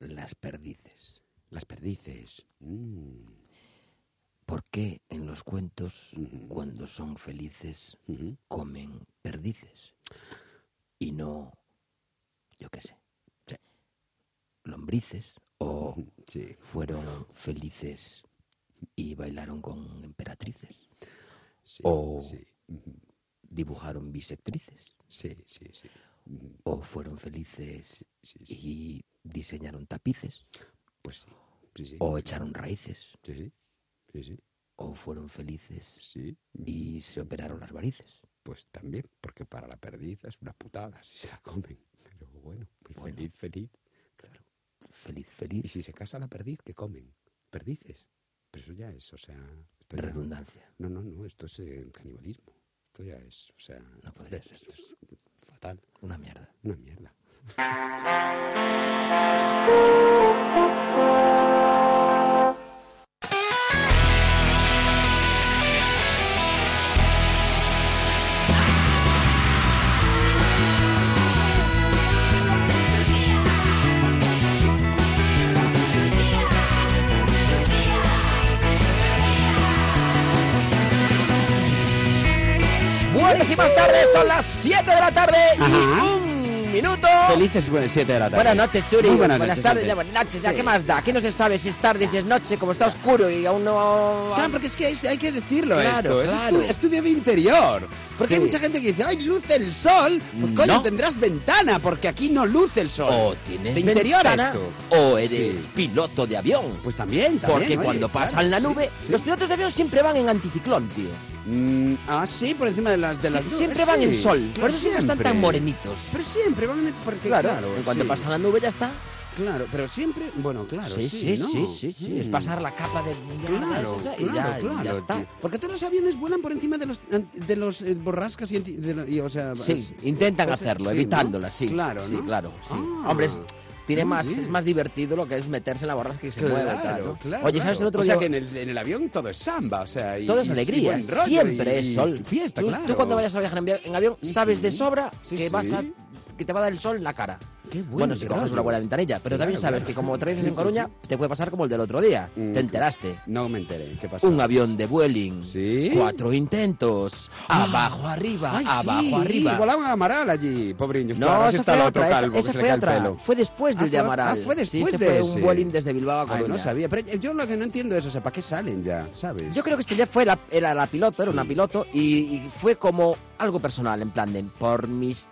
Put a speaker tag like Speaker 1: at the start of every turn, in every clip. Speaker 1: Las perdices.
Speaker 2: Las perdices. Mm.
Speaker 1: ¿Por qué en los cuentos, cuando son felices,
Speaker 2: Ujú.
Speaker 1: comen perdices? Y no, yo qué sé,
Speaker 2: Sí.
Speaker 1: lombrices o
Speaker 2: Sí.
Speaker 1: fueron felices y bailaron con emperatrices,
Speaker 2: Sí.
Speaker 1: O-
Speaker 2: Sí. Ujú.
Speaker 1: dibujaron bisectrices
Speaker 2: Sí, sí, sí. Ujú.
Speaker 1: o fueron felices
Speaker 2: Sí, sí.
Speaker 1: y diseñaron tapices
Speaker 2: Pues sí. Sí, sí.
Speaker 1: o echaron raíces
Speaker 2: Sí, sí. Sí, sí.
Speaker 1: o fueron felices
Speaker 2: Sí. Ujú.
Speaker 1: y se operaron las varices.
Speaker 2: Pues también, porque para la perdiz es una putada si se la comen. Pero bueno, muy
Speaker 1: Bueno.
Speaker 2: feliz, feliz. Claro.
Speaker 1: Feliz,
Speaker 2: Y
Speaker 1: feliz,
Speaker 2: si se casa la perdiz, ¿qué comen? Perdices. Pero eso ya es, o sea. Esto ya,
Speaker 1: redundancia.
Speaker 2: no, no, no, esto es eh, canibalismo. Esto ya es, o sea.
Speaker 1: No podría ser.
Speaker 2: Esto es fatal.
Speaker 1: Una mierda.
Speaker 2: Una mierda.
Speaker 1: Buenísimas tardes, son las 7 de la tarde y
Speaker 2: Ajá.
Speaker 1: un minuto.
Speaker 2: Felices 7 de la tarde.
Speaker 3: Buenas noches, Churi.
Speaker 2: Muy buenas, noches,
Speaker 3: tardes,
Speaker 2: Ángel.
Speaker 3: ya buenas noches. Ya,
Speaker 2: Sí.
Speaker 3: ¿Qué más da? Aquí no se sabe si es tarde, si es noche, como está oscuro y aún no...
Speaker 2: Claro, porque es que es- hay que decirlo
Speaker 3: Claro,
Speaker 2: esto. Es
Speaker 3: claro.
Speaker 2: estu- estudio de interior. Porque hay
Speaker 3: Sí. Mm,
Speaker 2: mucha gente que dice, ay, luce el sol. Pues
Speaker 3: No. Oh,
Speaker 2: coño, tendrás ventana, porque aquí no luce el sol.
Speaker 3: O tienes
Speaker 2: de interior
Speaker 3: ventana,
Speaker 2: esto.
Speaker 3: o eres
Speaker 2: Oh, Sí.
Speaker 3: piloto de avión.
Speaker 2: Pues también, también.
Speaker 3: Porque
Speaker 2: oye,
Speaker 3: cuando
Speaker 2: claro,
Speaker 3: pasan la
Speaker 2: sí,
Speaker 3: nube,
Speaker 2: sí.
Speaker 3: los pilotos de avión siempre van en anticiclón, tío.
Speaker 2: Mm, ah, sí, por encima de las de
Speaker 3: Sí,
Speaker 2: las nubes,
Speaker 3: siempre van en
Speaker 2: sí,
Speaker 3: sol.
Speaker 2: claro,
Speaker 3: por eso siempre están tan morenitos.
Speaker 2: Pero siempre van en porque
Speaker 3: claro,
Speaker 2: claro,
Speaker 3: en cuanto
Speaker 2: sí,
Speaker 3: pasan la nube ya está.
Speaker 2: Claro, pero siempre, bueno, claro, sí,
Speaker 3: sí,
Speaker 2: ¿no?
Speaker 3: sí, sí, sí. Es
Speaker 2: Mm.
Speaker 3: pasar la capa de mierda
Speaker 2: Claro,
Speaker 3: esa, y
Speaker 2: claro,
Speaker 3: ya, y
Speaker 2: claro.
Speaker 3: ya está.
Speaker 2: tío. Porque todos los aviones vuelan por encima de los, de los eh, borrascas y, anti- de la- y, o sea...
Speaker 3: Sí,
Speaker 2: es-
Speaker 3: intentan
Speaker 2: puede ser-
Speaker 3: hacerlo,
Speaker 2: sí, ¿no?
Speaker 3: evitándolas, sí.
Speaker 2: Claro,
Speaker 3: sí,
Speaker 2: ¿no?
Speaker 3: claro, sí.
Speaker 2: Ah,
Speaker 3: Hombre, es, tiene
Speaker 2: muy
Speaker 3: más,
Speaker 2: bien.
Speaker 3: es más divertido lo que es meterse en la borrasca y se mueva y tal,
Speaker 2: Claro,
Speaker 3: ¿no?
Speaker 2: claro.
Speaker 3: Oye, ¿sabes
Speaker 2: claro.
Speaker 3: el otro
Speaker 2: O sea,
Speaker 3: día?
Speaker 2: que en el, en el avión todo es samba, o sea... Y,
Speaker 3: Todo es
Speaker 2: y- y
Speaker 3: alegría,
Speaker 2: buen rollo
Speaker 3: siempre
Speaker 2: y-
Speaker 3: es
Speaker 2: y
Speaker 3: sol.
Speaker 2: Fiesta,
Speaker 3: tú,
Speaker 2: claro.
Speaker 3: Tú cuando vayas a viajar en, vi- en avión sabes de sobra
Speaker 2: Sí,
Speaker 3: que
Speaker 2: sí.
Speaker 3: vas a que te va a dar el sol en la cara.
Speaker 2: Qué bueno,
Speaker 3: bueno, si
Speaker 2: claro.
Speaker 3: coges una buena ventanilla, pero también
Speaker 2: Claro,
Speaker 3: sabes
Speaker 2: claro.
Speaker 3: que como aterrizas
Speaker 2: Sí,
Speaker 3: en
Speaker 2: sí,
Speaker 3: Coruña, te puede pasar como el del otro día.
Speaker 2: Mm,
Speaker 3: Te enteraste.
Speaker 2: No me enteré, ¿qué pasó?
Speaker 3: Un avión de Vueling.
Speaker 2: Sí. Ah.
Speaker 3: Cuatro intentos. Abajo, arriba,
Speaker 2: Ay, sí,
Speaker 3: abajo, arriba.
Speaker 2: Volaban a Amaral allí, pobreños.
Speaker 3: No,
Speaker 2: claro, así
Speaker 3: esa
Speaker 2: está
Speaker 3: fue
Speaker 2: el otro
Speaker 3: otra,
Speaker 2: calvo
Speaker 3: esa,
Speaker 2: que se
Speaker 3: esa
Speaker 2: le
Speaker 3: fue
Speaker 2: cae el
Speaker 3: otra.
Speaker 2: pelo.
Speaker 3: Fue después
Speaker 2: Ah,
Speaker 3: del de
Speaker 2: fue-
Speaker 3: Amaral.
Speaker 2: ah, fue
Speaker 3: Sí,
Speaker 2: después
Speaker 3: este
Speaker 2: de
Speaker 3: fue
Speaker 2: ese.
Speaker 3: un vueling desde Bilbao a
Speaker 2: Ay,
Speaker 3: Coruña.
Speaker 2: no sabía, pero yo lo que no entiendo es, o sea, ¿para qué salen ya? ¿Sabes?
Speaker 3: Yo creo que este ya fue la, era la piloto, era una piloto, y, y fue como algo personal, en plan de por mis...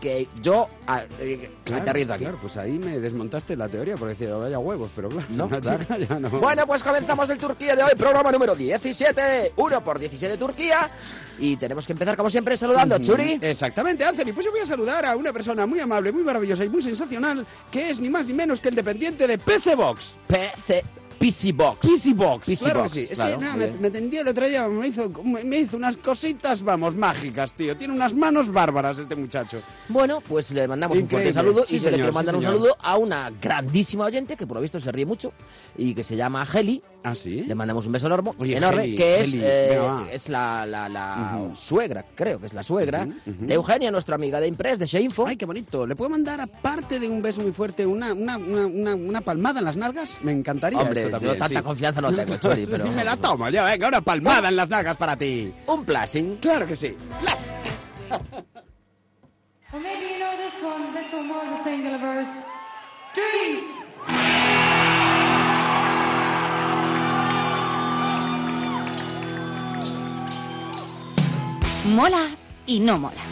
Speaker 3: que yo a- eh,
Speaker 2: Claro,
Speaker 3: aterrizo aquí.
Speaker 2: Claro, pues ahí me desmontaste la teoría porque decía, vaya huevos, pero claro,
Speaker 3: No,
Speaker 2: una
Speaker 3: claro.
Speaker 2: chica ya no.
Speaker 3: Bueno, pues comenzamos el Turquía de hoy, programa número 17, 1 por 17 Turquía, y tenemos que empezar como siempre saludando a Churi.
Speaker 2: Exactamente, Anthony. Pues yo voy a saludar a una persona muy amable, muy maravillosa y muy sensacional, que es ni más ni menos que el dependiente de PC Box.
Speaker 3: PC, PC Box.
Speaker 2: PC Box.
Speaker 3: PC
Speaker 2: claro
Speaker 3: Box,
Speaker 2: que sí. Es
Speaker 3: claro,
Speaker 2: que nada,
Speaker 3: muy
Speaker 2: me,
Speaker 3: bien.
Speaker 2: me tendió el otro día, me hizo, me hizo unas cositas, vamos, mágicas, tío. Tiene unas manos bárbaras este muchacho.
Speaker 3: Bueno, pues le mandamos
Speaker 2: Increíble.
Speaker 3: un fuerte saludo
Speaker 2: Sí,
Speaker 3: y yo
Speaker 2: señor,
Speaker 3: le quiero
Speaker 2: sí,
Speaker 3: mandar un
Speaker 2: señor.
Speaker 3: saludo a una grandísima oyente que por lo visto se ríe mucho y que se llama Heli.
Speaker 2: ¿Ah, sí?
Speaker 3: Le mandamos un beso enorme,
Speaker 2: Oye,
Speaker 3: enorme
Speaker 2: Heli,
Speaker 3: que
Speaker 2: Heli,
Speaker 3: es, eh,
Speaker 2: venga, va.
Speaker 3: es la, la- la
Speaker 2: Ujú.
Speaker 3: suegra, creo que es la suegra, de Eugenia, nuestra amiga de Impress, de Sheinfo.
Speaker 2: Ay, qué bonito. ¿Le puedo mandar, aparte de un beso muy fuerte, una, una, una, una, una palmada en las nalgas? Me encantaría
Speaker 3: Hombre,
Speaker 2: esto también,
Speaker 3: yo tanta
Speaker 2: sí.
Speaker 3: confianza no tengo, Chori, pero...
Speaker 2: Pues Me la tomo yo, venga, una palmada en las nalgas para ti.
Speaker 3: Un plasing.
Speaker 2: Claro que sí.
Speaker 3: Plas.
Speaker 4: Well, maybe you know this one. This one was a single verse. Dreams!
Speaker 5: Mola y no mola.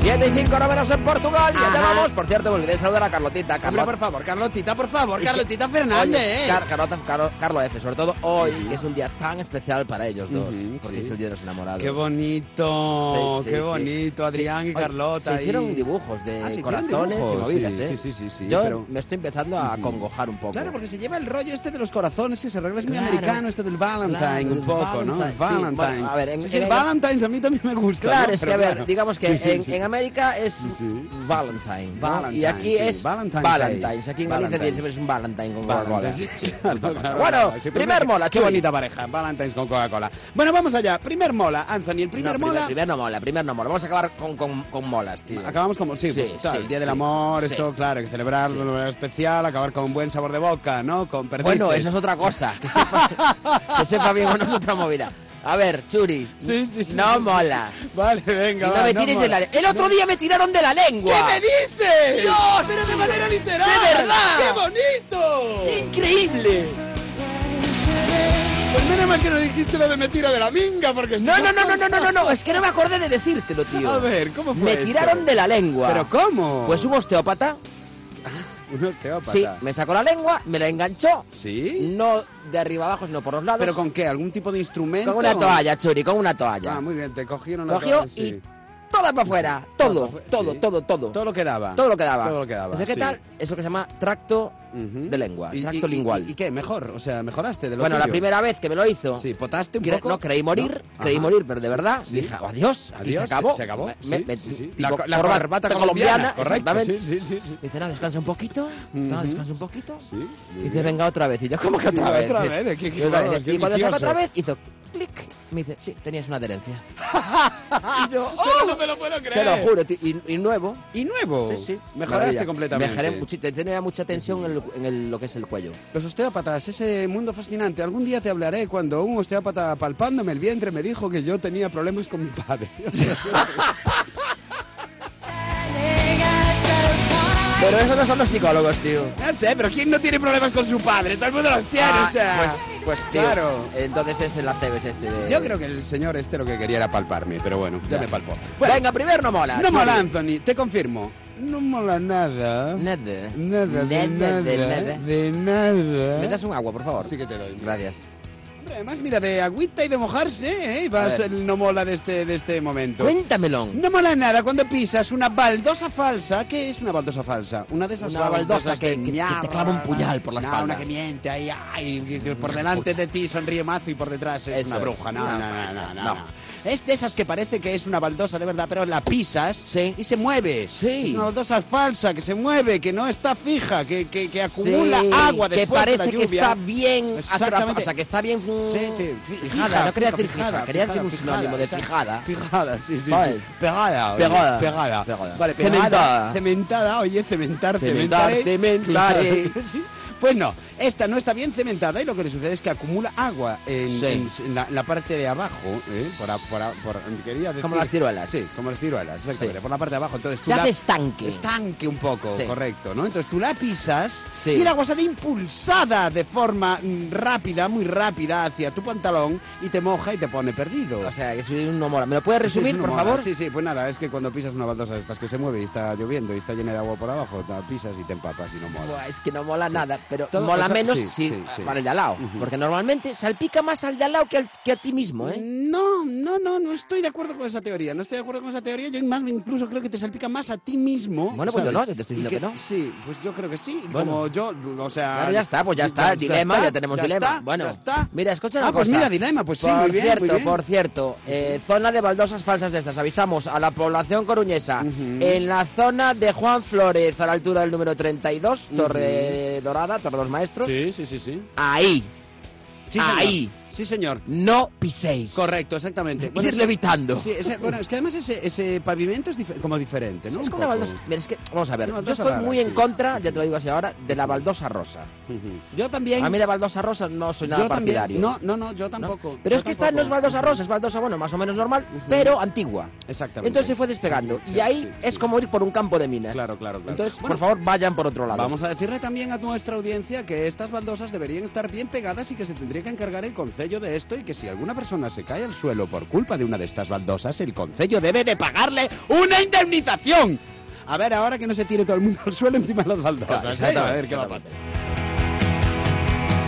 Speaker 3: Siete y cinco no menos en Portugal. Y allá
Speaker 5: Ajá.
Speaker 3: vamos. Por cierto, me olvidé de saludar a Carlotita.
Speaker 2: Hombre,
Speaker 3: Carlota-
Speaker 2: por favor, Carlotita, por favor,
Speaker 3: Oye,
Speaker 2: Carlotita Fernández,
Speaker 3: oye,
Speaker 2: eh.
Speaker 3: Car- Carlota- Carlo, Carlo F, sobre todo hoy, que es un día tan especial para ellos dos,
Speaker 2: Ujú,
Speaker 3: porque
Speaker 2: sí.
Speaker 3: es el Día de los Enamorados.
Speaker 2: Qué bonito,
Speaker 3: Sí, sí,
Speaker 2: qué
Speaker 3: sí.
Speaker 2: bonito, Adrián
Speaker 3: Sí,
Speaker 2: y
Speaker 3: oye,
Speaker 2: Carlota.
Speaker 3: Se hicieron
Speaker 2: ahí.
Speaker 3: dibujos de
Speaker 2: Ah, se hicieron
Speaker 3: corazones y
Speaker 2: dibujos,
Speaker 3: movidas,
Speaker 2: sí,
Speaker 3: ¿eh?
Speaker 2: sí, sí, sí, sí,
Speaker 3: Yo
Speaker 2: pero-
Speaker 3: me estoy empezando a congojar un poco.
Speaker 2: Claro, porque se lleva el rollo este de los corazones, que se regla es muy
Speaker 3: Claro.
Speaker 2: americano, este del Valentine,
Speaker 3: Claro,
Speaker 2: un
Speaker 3: el
Speaker 2: poco, ¿no?
Speaker 3: Valentine,
Speaker 2: El
Speaker 3: sí,
Speaker 2: Valentine.
Speaker 3: bueno, a ver, en-
Speaker 2: Sí, sí,
Speaker 3: en-
Speaker 2: el Valentine a mí también me gusta.
Speaker 3: Claro,
Speaker 2: ¿no?
Speaker 3: es que
Speaker 2: Pero
Speaker 3: a ver,
Speaker 2: claro.
Speaker 3: digamos que
Speaker 2: Sí, sí,
Speaker 3: en,
Speaker 2: sí.
Speaker 3: en América es
Speaker 2: Sí.
Speaker 3: Valentine. ¿no?
Speaker 2: Valentine,
Speaker 3: y aquí
Speaker 2: sí,
Speaker 3: es
Speaker 2: Valentine's
Speaker 3: Valentine's.
Speaker 2: Day.
Speaker 3: Aquí en Galicia
Speaker 2: Valentine.
Speaker 3: siempre es un Valentine con Coca-Cola.
Speaker 2: Valentine's, sí, claro, claro,
Speaker 3: Bueno,
Speaker 2: claro, sí,
Speaker 3: primer mola,
Speaker 2: Qué
Speaker 3: Chuy.
Speaker 2: bonita pareja, Valentine's con Coca-Cola. Bueno, vamos allá. Primer mola, Anthony. El primer
Speaker 3: no,
Speaker 2: mola.
Speaker 3: Primer, no mola, primer no mola. Vamos a acabar con, con, con molas, tío.
Speaker 2: Acabamos como, sí,
Speaker 3: Sí,
Speaker 2: pues, claro,
Speaker 3: sí,
Speaker 2: el Día del
Speaker 3: sí,
Speaker 2: Amor,
Speaker 3: sí.
Speaker 2: esto, claro, hay que celebrarlo de manera especial, acabar con un buen sabor de boca, ¿no? Con perdices.
Speaker 3: Bueno, eso es otra cosa. Que sepa, que sepa bien, bueno, es otra movida. A ver, Churi.
Speaker 2: Sí, sí, sí.
Speaker 3: No mola.
Speaker 2: Vale,
Speaker 3: Y
Speaker 2: venga,
Speaker 3: no
Speaker 2: va,
Speaker 3: me tires de la
Speaker 2: mola.
Speaker 3: lengua. El otro día me tiraron de la lengua.
Speaker 2: ¿Qué me dices?
Speaker 3: ¡Dios!
Speaker 2: ¡Pero de manera literal!
Speaker 3: ¡De verdad!
Speaker 2: ¡Qué bonito!
Speaker 3: ¡Increíble!
Speaker 2: Pues menos mal que no dijiste lo de me tira de la minga, porque si
Speaker 3: No, no, no, no, no, no, no, no. Es que no me acordé de decírtelo, tío.
Speaker 2: A ver, ¿cómo fue
Speaker 3: Me
Speaker 2: esto?
Speaker 3: tiraron de la lengua.
Speaker 2: ¿Pero cómo?
Speaker 3: Pues un osteópata,
Speaker 2: un osteópata.
Speaker 3: sí, me sacó la lengua, me la enganchó.
Speaker 2: ¿Sí?
Speaker 3: No de arriba abajo, sino por los lados.
Speaker 2: ¿Pero con qué? ¿Algún tipo de instrumento?
Speaker 3: Con una toalla, Churi, con una
Speaker 2: Ah,
Speaker 3: toalla.
Speaker 2: muy bien, te cogieron la
Speaker 3: Cogió
Speaker 2: toalla,
Speaker 3: y
Speaker 2: Ah, sí.
Speaker 3: toda para afuera. Todo,
Speaker 2: Todo pa'
Speaker 3: todo,
Speaker 2: sí.
Speaker 3: todo, todo.
Speaker 2: Todo lo que daba.
Speaker 3: Ah, Todo lo que daba.
Speaker 2: Todo lo que daba,
Speaker 3: O sea, ¿qué
Speaker 2: sí.
Speaker 3: tal? Eso que se llama tracto
Speaker 2: Ujú.
Speaker 3: de lengua,
Speaker 2: ¿Y-
Speaker 3: tracto
Speaker 2: y-
Speaker 3: lingual.
Speaker 2: ¿Y, y qué? ¿Mejor? O sea, ¿mejoraste de lo
Speaker 3: bueno, la
Speaker 2: tuyo?
Speaker 3: primera vez que me lo hizo,
Speaker 2: Sí, ¿potaste un
Speaker 3: cre-
Speaker 2: poco?
Speaker 3: no creí morir,
Speaker 2: ¿No?
Speaker 3: creí
Speaker 2: Ajá.
Speaker 3: morir, pero de
Speaker 2: Sí,
Speaker 3: verdad
Speaker 2: sí.
Speaker 3: dije, adiós, aquí
Speaker 2: Adiós,
Speaker 3: se acabó.
Speaker 2: Se acabó.
Speaker 3: Me-
Speaker 2: sí,
Speaker 3: me-
Speaker 2: sí, sí.
Speaker 3: tipo
Speaker 2: La, la
Speaker 3: corba-
Speaker 2: corbata colombiana, correcto.
Speaker 3: exactamente.
Speaker 2: Sí, sí, sí. sí.
Speaker 3: Me dice, no, descansa un poquito, no,
Speaker 2: Ujú.
Speaker 3: descansa un poquito.
Speaker 2: Sí, muy
Speaker 3: Y dice,
Speaker 2: bien.
Speaker 3: venga otra vez. Y yo, ¿cómo que
Speaker 2: Sí,
Speaker 3: otra
Speaker 2: otra
Speaker 3: vez?
Speaker 2: vez, ¿de qué- qué
Speaker 3: y otra
Speaker 2: vamos,
Speaker 3: vez.
Speaker 2: qué
Speaker 3: Y cuando sacó
Speaker 2: vicioso.
Speaker 3: otra vez, hizo clic. Me dice, sí, tenías una adherencia. y yo, ¡oh!
Speaker 2: Pero no me lo puedo
Speaker 3: Te
Speaker 2: creer.
Speaker 3: lo juro, tío, y, y nuevo.
Speaker 2: Y nuevo.
Speaker 3: Sí, sí.
Speaker 2: Mejoraste
Speaker 3: Maravilla.
Speaker 2: completamente.
Speaker 3: Mejoré mucho, tenía mucha tensión en, el- en el- lo que es el cuello.
Speaker 2: Los osteópatas, ese mundo fascinante. Algún día te hablaré cuando un osteópata palpándome el vientre me dijo que yo tenía problemas con mi padre.
Speaker 3: Pero esos no son los psicólogos, tío.
Speaker 2: no sé, pero ¿quién no tiene problemas con su padre? Todo el mundo los tiene,
Speaker 3: Ah,
Speaker 2: o sea.
Speaker 3: pues, pues, tío,
Speaker 2: Claro.
Speaker 3: entonces es el acebes este de...
Speaker 2: Yo creo que el señor este lo que quería era palparme, pero bueno, ya,
Speaker 3: Ya.
Speaker 2: me palpó.
Speaker 3: Venga, primero no mola.
Speaker 2: no
Speaker 3: Churi.
Speaker 2: mola, Anthony, te confirmo. No mola nada.
Speaker 3: Nada.
Speaker 2: Nada, de nada,
Speaker 3: de nada.
Speaker 2: de nada.
Speaker 3: ¿Me das un agua, por favor?
Speaker 2: Sí que te doy.
Speaker 3: Gracias.
Speaker 2: Hombre, además, mira, de agüita y de mojarse, ¿eh? va
Speaker 3: A
Speaker 2: a
Speaker 3: ver.
Speaker 2: ser el no mola de este, de este momento.
Speaker 3: Cuéntamelo.
Speaker 2: No mola nada cuando pisas una baldosa falsa. ¿Qué es una baldosa falsa? Una de esas
Speaker 3: Una baldosa
Speaker 2: baldosas de
Speaker 3: que- que- que te
Speaker 2: mierda,
Speaker 3: clava un puñal por la
Speaker 2: no,
Speaker 3: espalda.
Speaker 2: Una que miente ahí, ay, que- que por delante de ti sonríe mazo y por detrás es
Speaker 3: Eso
Speaker 2: una
Speaker 3: es,
Speaker 2: bruja. No,
Speaker 3: una
Speaker 2: no, no,
Speaker 3: falsa,
Speaker 2: no, no,
Speaker 3: no.
Speaker 2: no. Es de esas que parece que es una baldosa de verdad, pero la pisas
Speaker 3: Sí.
Speaker 2: y se mueve.
Speaker 3: Sí.
Speaker 2: Es una baldosa falsa que se mueve, que no está fija, que, que, que acumula
Speaker 3: Sí,
Speaker 2: agua
Speaker 3: que
Speaker 2: después de
Speaker 3: parece
Speaker 2: la
Speaker 3: que
Speaker 2: lluvia.
Speaker 3: está bien atrapada,
Speaker 2: Exactamente.
Speaker 3: o sea, que está bien mm,
Speaker 2: Sí, sí, fi-
Speaker 3: fijada,
Speaker 2: fija,
Speaker 3: no quería
Speaker 2: fija,
Speaker 3: decir fija,
Speaker 2: fijada,
Speaker 3: quería
Speaker 2: fijada,
Speaker 3: decir un
Speaker 2: fijada,
Speaker 3: sinónimo de
Speaker 2: exacto.
Speaker 3: fijada.
Speaker 2: Fijada, sí, sí.
Speaker 3: ¿Sabes?
Speaker 2: sí. Pegada, oye,
Speaker 3: Pegada.
Speaker 2: Pegada.
Speaker 3: Pegada.
Speaker 2: Vale, pegada,
Speaker 3: Cementada.
Speaker 2: Cementada, oye, cementar,
Speaker 3: Cementar, eh.
Speaker 2: cementaré.
Speaker 3: cementaré.
Speaker 2: Claro, sí. Pues no, esta no está bien cementada y lo que le sucede es que acumula agua en,
Speaker 3: Sí.
Speaker 2: en- en la, en la parte de abajo, ¿eh? por, a- por a- por- quería decir-
Speaker 3: Como las ciruelas.
Speaker 2: Sí, como las ciruelas, exactamente,
Speaker 3: Sí.
Speaker 2: por la parte de abajo. Entonces, tú
Speaker 3: Se
Speaker 2: la-
Speaker 3: hace estanque.
Speaker 2: Estanque un poco,
Speaker 3: Sí.
Speaker 2: correcto, ¿no? Entonces tú la pisas
Speaker 3: Sí.
Speaker 2: y el agua sale impulsada de forma mm, rápida, muy rápida, hacia tu pantalón y te moja y te pone perdido.
Speaker 3: O sea, que soy un no mola. ¿Me lo puedes
Speaker 2: Sí,
Speaker 3: resumir,
Speaker 2: es una
Speaker 3: por
Speaker 2: moda.
Speaker 3: favor?
Speaker 2: Sí, sí, pues nada, es que cuando pisas una baldosa de estas que se mueve y está lloviendo y está llena de agua por abajo, la pisas y te empapas y no mola.
Speaker 3: Buah, es que no mola nada, pero
Speaker 2: Todo-
Speaker 3: mola
Speaker 2: o sea,
Speaker 3: menos
Speaker 2: sí,
Speaker 3: si-
Speaker 2: sí, sí.
Speaker 3: para el de al lado. Porque normalmente salpica más al de al lado que, al- que a ti mismo,
Speaker 2: Mm,
Speaker 3: ¿eh?
Speaker 2: No, no, no, no estoy de acuerdo con esa teoría. No estoy de acuerdo con esa teoría. Yo más bien incluso creo que te salpica más a ti mismo.
Speaker 3: Bueno, pues
Speaker 2: ¿sabes?
Speaker 3: yo no, yo te estoy
Speaker 2: Y
Speaker 3: diciendo que no.
Speaker 2: Sí, pues yo creo que sí.
Speaker 3: Bueno.
Speaker 2: Como yo, o sea.
Speaker 3: Claro, ya está, pues ya está, el dilema, ya,
Speaker 2: está,
Speaker 3: tenemos
Speaker 2: ya
Speaker 3: dilema.
Speaker 2: está,
Speaker 3: bueno,
Speaker 2: ya está.
Speaker 3: mira, escucha una
Speaker 2: Ah, pues
Speaker 3: cosa.
Speaker 2: mira, dilema, pues sí,
Speaker 3: por
Speaker 2: muy bien, muy
Speaker 3: cierto,
Speaker 2: bien.
Speaker 3: por cierto, eh, zona de baldosas falsas de estas, avisamos a la población coruñesa, en la zona de Juan Flores, a la altura del número 32, Torre Dorada, Torre dos Maestros,
Speaker 2: Sí, sí, sí, sí.
Speaker 3: ahí,
Speaker 2: Sí, señor.
Speaker 3: Ahí.
Speaker 2: Sí, señor.
Speaker 3: no piséis,
Speaker 2: Correcto, exactamente.
Speaker 3: ir levitando.
Speaker 2: Sí, ese- bueno, es que además ese, ese pavimento es dife- como diferente, ¿no?
Speaker 3: Es
Speaker 2: Un
Speaker 3: como una
Speaker 2: poco.
Speaker 3: baldosa. Mira, es que, vamos a ver,
Speaker 2: Es una
Speaker 3: yo
Speaker 2: baldosa
Speaker 3: estoy
Speaker 2: rara,
Speaker 3: muy en
Speaker 2: sí.
Speaker 3: contra, ya te lo digo así ahora, de la baldosa rosa.
Speaker 2: Ujú. Yo también.
Speaker 3: A mí la baldosa rosa no soy nada
Speaker 2: yo también.
Speaker 3: partidario.
Speaker 2: No, no, no, yo
Speaker 3: ¿no?
Speaker 2: tampoco.
Speaker 3: Pero
Speaker 2: Yo
Speaker 3: es que esta no
Speaker 2: tampoco.
Speaker 3: es baldosa rosa, es baldosa, bueno, más o menos normal, pero antigua.
Speaker 2: Exactamente.
Speaker 3: Entonces se fue despegando. Y
Speaker 2: Sí,
Speaker 3: ahí
Speaker 2: sí,
Speaker 3: es
Speaker 2: sí.
Speaker 3: como ir por un campo de minas.
Speaker 2: Claro, claro, claro.
Speaker 3: Entonces,
Speaker 2: Bueno,
Speaker 3: por favor, vayan por otro lado.
Speaker 2: Vamos a decirle también a nuestra audiencia que estas baldosas deberían estar bien pegadas y que se tendría que encargar el concello de esto y que si alguna persona se cae al suelo por culpa de una de estas baldosas, el concello debe de pagarle una indemnización. A ver, ahora que no se tire todo el mundo al suelo encima de las baldosas.
Speaker 3: Claro,
Speaker 2: ¿eh?
Speaker 3: Pues exactamente,
Speaker 2: A ver qué va a pasar.
Speaker 3: exactamente.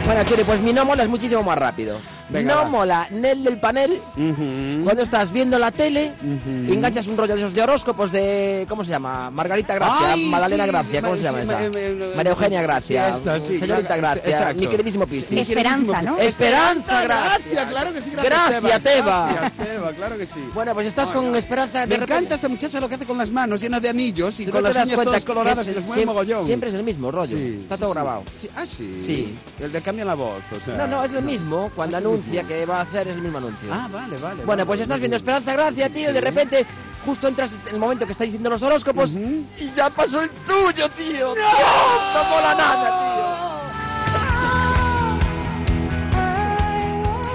Speaker 3: Bueno, Churi, pues mi no mola es muchísimo más rápido.
Speaker 2: Venga,
Speaker 3: no
Speaker 2: va.
Speaker 3: mola, Nel del panel.
Speaker 2: Ujú.
Speaker 3: Cuando estás viendo la tele
Speaker 2: Ujú.
Speaker 3: y enganchas un rollo de esos de horóscopos de. ¿Cómo se llama? Margarita Gracia,
Speaker 2: Ay,
Speaker 3: Madalena
Speaker 2: sí,
Speaker 3: Gracia, ¿cómo
Speaker 2: sí,
Speaker 3: se llama
Speaker 2: sí,
Speaker 3: esa?
Speaker 2: me- me- me-
Speaker 3: María Eugenia
Speaker 2: eh, sí,
Speaker 3: Gracia,
Speaker 2: esta, sí,
Speaker 3: señorita
Speaker 2: claro,
Speaker 3: Gracia,
Speaker 2: exacto.
Speaker 3: mi queridísimo Piscis.
Speaker 2: Mi queridísimo
Speaker 5: Esperanza, ¿no?
Speaker 2: Piscis.
Speaker 3: Esperanza, Gracia.
Speaker 2: claro que sí,
Speaker 3: Gracias, Teba.
Speaker 2: Gracias, Teba, claro que sí.
Speaker 3: Bueno, pues estás
Speaker 2: Ay,
Speaker 3: con
Speaker 2: no.
Speaker 3: Esperanza de
Speaker 2: Me
Speaker 3: repente-
Speaker 2: encanta esta muchacha lo que hace con las manos llenas de anillos y
Speaker 3: Tú
Speaker 2: con
Speaker 3: no te
Speaker 2: las
Speaker 3: das
Speaker 2: uñas
Speaker 3: cuenta
Speaker 2: todas
Speaker 3: que
Speaker 2: coloradas
Speaker 3: es-
Speaker 2: y les mueve
Speaker 3: siem-
Speaker 2: mogollón.
Speaker 3: Siempre es el mismo rollo.
Speaker 2: Sí,
Speaker 3: Está
Speaker 2: sí,
Speaker 3: todo
Speaker 2: sí.
Speaker 3: grabado.
Speaker 2: Sí, Ah, sí.
Speaker 3: Sí.
Speaker 2: El de cambia la voz, o sea.
Speaker 3: No, no, es lo mismo. Cuando
Speaker 2: Es lo
Speaker 3: anuncia
Speaker 2: mismo.
Speaker 3: que va a ser es el mismo anuncio.
Speaker 2: Ah, vale, vale.
Speaker 3: Bueno,
Speaker 2: vale,
Speaker 3: pues estás
Speaker 2: vale.
Speaker 3: viendo Esperanza Gracia, tío, y de
Speaker 2: Sí.
Speaker 3: repente justo entras en el momento que está diciendo los horóscopos
Speaker 2: Ujú.
Speaker 3: y ya pasó el tuyo, tío. ¡No! no mola nada,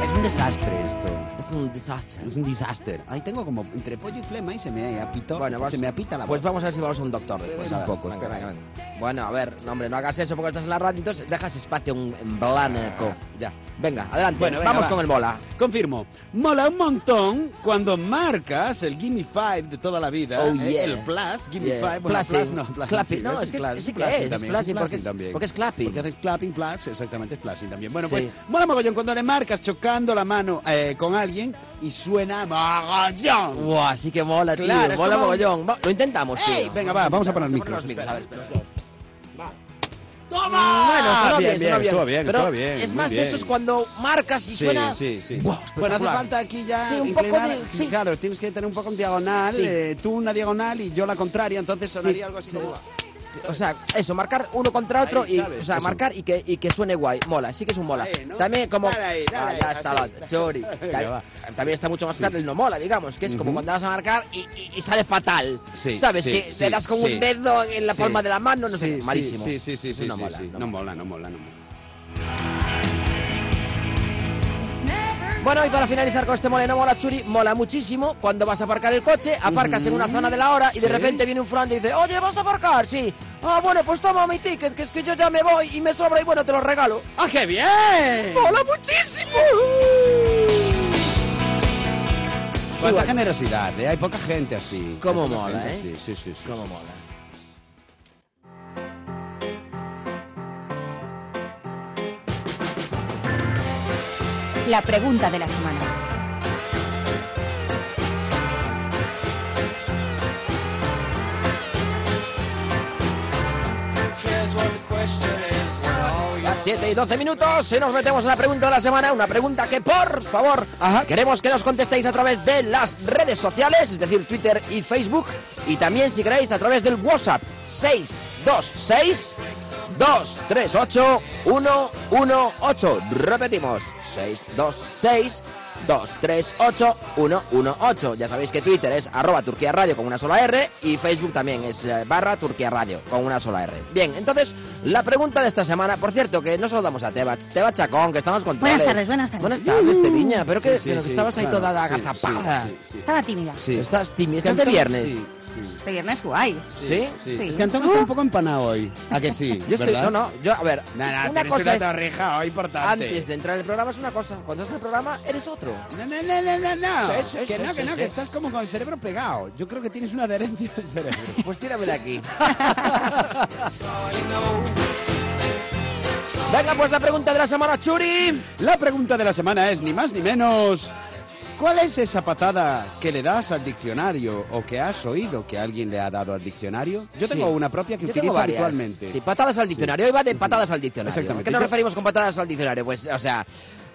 Speaker 2: Es un desastre esto.
Speaker 3: tío. Es un desastre.
Speaker 2: Es un desastre. Ahí tengo como entre pollo y flema y se me apitó.
Speaker 3: Bueno, vas-
Speaker 2: se me apita la
Speaker 3: Pues
Speaker 2: voz.
Speaker 3: vamos a ver si vamos a un doctor después.
Speaker 2: Un
Speaker 3: a ver.
Speaker 2: poco,
Speaker 3: Venga,
Speaker 2: espera.
Speaker 3: venga, venga. Bueno, a ver, no, hombre, no hagas eso porque estás en la radio, entonces dejas espacio en en blanco.
Speaker 2: Ya.
Speaker 3: Venga, adelante.
Speaker 2: Bueno, venga,
Speaker 3: vamos
Speaker 2: va.
Speaker 3: con el mola.
Speaker 2: Confirmo. Mola un montón cuando marcas el Gimme Five de toda la vida.
Speaker 3: Oh,
Speaker 2: eh,
Speaker 3: yeah.
Speaker 2: El Plus, Gimme
Speaker 3: Yeah.
Speaker 2: Five. Bueno,
Speaker 3: Plusing.
Speaker 2: plus no. Plus,
Speaker 3: Clapping.
Speaker 2: sí,
Speaker 3: No, es que es-
Speaker 2: plus,
Speaker 3: sí que
Speaker 2: plushing
Speaker 3: es, es
Speaker 2: también,
Speaker 3: plushing, porque
Speaker 2: plushing
Speaker 3: es-
Speaker 2: también.
Speaker 3: porque es clapping.
Speaker 2: Porque haces clapping, plus, exactamente, es flashing también. Bueno,
Speaker 3: Sí.
Speaker 2: pues mola mogollón cuando le marcas chocando la mano eh, con alguien y suena mogollón.
Speaker 3: Buah, sí que mola, tío.
Speaker 2: Claro, es
Speaker 3: mola
Speaker 2: como un-
Speaker 3: mogollón. Va, Lo intentamos, tío.
Speaker 2: Ey, venga, va, vamos a poner
Speaker 3: Vamos a
Speaker 2: micros.
Speaker 3: poner los
Speaker 2: espera,
Speaker 3: micros, a ver,
Speaker 2: los
Speaker 3: espera.
Speaker 2: dos. Va. ¡Toma!
Speaker 3: Mm,
Speaker 2: Ah,
Speaker 3: Bueno, sonó
Speaker 2: bien,
Speaker 3: bien, sonó bien.
Speaker 2: estuvo bien,
Speaker 3: Pero
Speaker 2: estuvo bien,
Speaker 3: es
Speaker 2: muy
Speaker 3: más
Speaker 2: bien.
Speaker 3: de esos cuando marcas y
Speaker 2: Sí,
Speaker 3: suena.
Speaker 2: sí, sí.
Speaker 3: Buah,
Speaker 2: bueno, hace
Speaker 3: espectacular.
Speaker 2: falta aquí ya
Speaker 3: Sí, un poco
Speaker 2: inclinar-
Speaker 3: de- sí.
Speaker 2: Claro, tienes que tener un poco en diagonal.
Speaker 3: Sí.
Speaker 2: eh, tú una diagonal y yo la contraria, entonces sonaría algo así
Speaker 3: sí.
Speaker 2: como...
Speaker 3: O sea, eso, marcar uno contra otro
Speaker 2: Ahí,
Speaker 3: y,
Speaker 2: ¿sabes?
Speaker 3: o sea,
Speaker 2: Eso.
Speaker 3: marcar y que, y que suene guay. Mola, sí que es un mola.
Speaker 2: Ahí, ¿no?
Speaker 3: También como...
Speaker 2: Dale ahí, dale
Speaker 3: Ah,
Speaker 2: ahí,
Speaker 3: ya está
Speaker 2: así.
Speaker 3: la chori.
Speaker 2: Venga,
Speaker 3: Tam-
Speaker 2: va.
Speaker 3: También está mucho más claro el no mola, digamos, que es como cuando vas a marcar y, y- y sale fatal.
Speaker 2: Sí,
Speaker 3: ¿Sabes?
Speaker 2: sí,
Speaker 3: que
Speaker 2: sí,
Speaker 3: le das con
Speaker 2: sí.
Speaker 3: un dedo en la
Speaker 2: Sí.
Speaker 3: palma de la mano, no
Speaker 2: Sí,
Speaker 3: sé,
Speaker 2: sí,
Speaker 3: malísimo.
Speaker 2: Sí, sí, sí,
Speaker 3: Eso
Speaker 2: sí,
Speaker 3: no
Speaker 2: sí,
Speaker 3: mola,
Speaker 2: sí.
Speaker 3: no
Speaker 2: No
Speaker 3: mola.
Speaker 2: mola, no mola, no mola.
Speaker 3: Bueno, y para finalizar con este mole no mola churi, mola muchísimo cuando vas a aparcar el coche, aparcas en una zona de la hora y de
Speaker 2: Sí.
Speaker 3: repente viene un fulano y dice, oye, ¿vas a aparcar? Sí. Ah, bueno, pues toma mi ticket, que es que yo ya me voy y me sobra y bueno, te lo regalo.
Speaker 2: ¡Ah, qué bien!
Speaker 3: ¡Mola muchísimo!
Speaker 2: Cuánta
Speaker 3: Igual.
Speaker 2: generosidad, ¿eh? Hay poca gente así.
Speaker 3: Cómo
Speaker 2: Hay poca
Speaker 3: mola,
Speaker 2: gente
Speaker 3: ¿eh?
Speaker 2: así, Sí, sí, sí.
Speaker 3: Cómo mola.
Speaker 5: La pregunta de la semana.
Speaker 3: Las 7 y 12 minutos y nos metemos en la pregunta de la semana. Una pregunta que, por favor,
Speaker 2: Ajá.
Speaker 3: queremos que nos contestéis a través de las redes sociales, es decir, Twitter y Facebook. Y también, si queréis, a través del WhatsApp 626 238 118. Repetimos, 626 238 118. Ya sabéis que Twitter es arroba Turquía Radio con una sola R y Facebook también es eh, barra Turquía Radio con una sola R. Bien, entonces la pregunta de esta semana, por cierto, que no saludamos a Teba, Teba Chacón, que estamos con
Speaker 5: Buenas
Speaker 3: Toles.
Speaker 5: tardes, buenas tardes. Mm.
Speaker 3: Buenas tardes, Teviña, pero que,
Speaker 2: Sí, sí,
Speaker 3: pero que
Speaker 2: sí,
Speaker 3: estabas ahí
Speaker 2: claro,
Speaker 3: toda
Speaker 2: sí,
Speaker 3: agazapada.
Speaker 2: sí, sí, sí.
Speaker 5: Estaba tímida.
Speaker 2: Sí.
Speaker 3: Estás tímida, estás de
Speaker 2: Entonces,
Speaker 3: viernes.
Speaker 2: sí, sí.
Speaker 5: Pero viernes guay.
Speaker 3: ¿Sí?
Speaker 2: Sí.
Speaker 5: Sí.
Speaker 2: Es que Antón está un poco empanado hoy. ¿A que sí?
Speaker 3: Yo estoy,
Speaker 2: ¿Verdad?
Speaker 3: no, no, yo, a ver,
Speaker 2: No, no,
Speaker 3: una
Speaker 2: tienes
Speaker 3: cosa es,
Speaker 2: torrija hoy importante.
Speaker 3: antes de entrar al programa es una cosa, cuando estás en el programa eres otro.
Speaker 2: No, no, no, no, no, no.
Speaker 3: Sí, sí,
Speaker 2: que
Speaker 3: sí,
Speaker 2: no, que
Speaker 3: sí,
Speaker 2: no,
Speaker 3: sí.
Speaker 2: que estás como con el cerebro pegado. Yo creo que tienes una adherencia al cerebro.
Speaker 3: Pues tíramela aquí. Venga, pues la pregunta de la semana, Churi.
Speaker 2: La pregunta de la semana es ni más ni menos. ¿Cuál es esa patada que le das al diccionario o que has oído que alguien le ha dado al diccionario? Yo tengo
Speaker 3: Sí.
Speaker 2: una propia que
Speaker 3: Yo tengo
Speaker 2: utilizo
Speaker 3: varias.
Speaker 2: habitualmente.
Speaker 3: Sí, patadas al diccionario. Hoy va de patadas al diccionario.
Speaker 2: Exactamente.
Speaker 3: ¿A ¿Qué nos
Speaker 2: Yo-
Speaker 3: referimos con patadas al diccionario? Pues, o sea,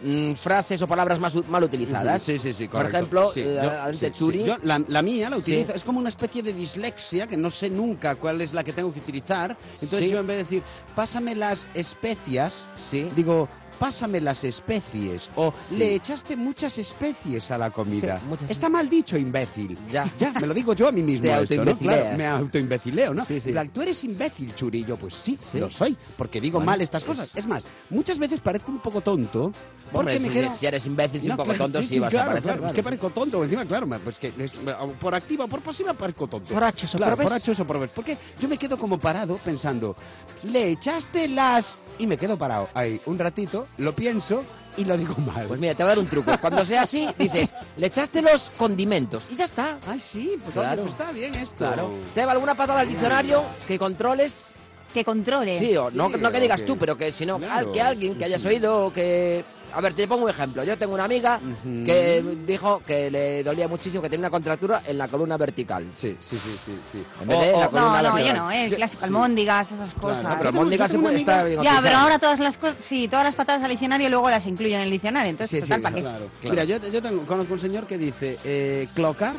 Speaker 3: mm, frases o palabras más u- mal utilizadas.
Speaker 2: Sí, sí, sí,
Speaker 3: Por
Speaker 2: correcto.
Speaker 3: ejemplo,
Speaker 2: Sí,
Speaker 3: eh,
Speaker 2: yo-
Speaker 3: ante
Speaker 2: sí, sí.
Speaker 3: Churi.
Speaker 2: Yo la, la mía la
Speaker 3: Sí.
Speaker 2: utilizo, es como una especie de dislexia que no sé nunca cuál es la que tengo que utilizar. Entonces
Speaker 3: Sí.
Speaker 2: yo en vez de decir, pásame las especias,
Speaker 3: Sí.
Speaker 2: digo, pásame las especies o le echaste muchas especies a la comida.
Speaker 3: Sí, muchas.
Speaker 2: Está mal dicho, imbécil.
Speaker 3: Ya.
Speaker 2: me lo digo yo a mí mismo.
Speaker 3: Te
Speaker 2: esto, ¿no?
Speaker 3: autoimbecileas.
Speaker 2: Claro, me autoimbecileo, ¿no?
Speaker 3: Sí, sí.
Speaker 2: En plan, Tú eres imbécil, Churi. Y yo, pues sí,
Speaker 3: Sí.
Speaker 2: lo soy, porque digo
Speaker 3: Bueno,
Speaker 2: mal estas cosas. Es más, muchas veces parezco un poco tonto.
Speaker 3: Hombre,
Speaker 2: Porque me
Speaker 3: si,
Speaker 2: quedo-
Speaker 3: si eres imbécil, si
Speaker 2: no,
Speaker 3: un poco
Speaker 2: claro,
Speaker 3: tonto,
Speaker 2: sí,
Speaker 3: sí,
Speaker 2: sí,
Speaker 3: vas
Speaker 2: claro,
Speaker 3: a aparecer.
Speaker 2: claro. Es
Speaker 3: claro.
Speaker 2: que parezco tonto, encima, claro, ma, pues que es- por activa o por pasiva parezco tonto.
Speaker 3: Por hachos o
Speaker 2: Claro,
Speaker 3: por ves.
Speaker 2: por hachos o por ves. Porque yo me quedo como parado pensando, le echaste las... Y me quedo parado ahí un ratito, lo pienso y lo digo mal.
Speaker 3: Pues mira, te voy a dar un truco. Cuando sea así, dices, le echaste los condimentos y ya está.
Speaker 2: Ay, sí, pues,
Speaker 3: Claro.
Speaker 2: oye, pues está bien esto.
Speaker 3: Claro. ¿Te va alguna patada al diccionario que controles?
Speaker 5: Que controle.
Speaker 3: Sí, o no,
Speaker 2: Eh, Sí,
Speaker 3: no que digas
Speaker 2: ok.
Speaker 3: tú, pero que si no,
Speaker 2: Claro.
Speaker 3: al- que alguien que hayas oído o que A ver, te pongo un ejemplo. Yo tengo una amiga que dijo que le dolía muchísimo, que tenía una contractura en la columna vertical.
Speaker 2: Sí, sí, sí, sí. sí.
Speaker 3: En vez de
Speaker 2: O-
Speaker 3: la
Speaker 2: o-
Speaker 5: No,
Speaker 3: columna
Speaker 5: no, yo
Speaker 3: vertebral.
Speaker 5: no, ¿eh? el
Speaker 2: Yo-
Speaker 5: clásico
Speaker 2: sí.
Speaker 5: almóndigas, esas cosas.
Speaker 3: No, pero
Speaker 2: tengo-
Speaker 3: Mónica
Speaker 2: yo
Speaker 3: se
Speaker 2: tengo
Speaker 3: puede
Speaker 2: una amiga-
Speaker 3: estar
Speaker 5: Ya, pero ahora todas las cosas, sí, todas las patadas al diccionario luego las incluyen en el diccionario, entonces
Speaker 3: Sí, sí,
Speaker 5: total, ¿para qué?
Speaker 2: Claro. Mira, yo, yo tengo, conozco un señor que dice eh, clocar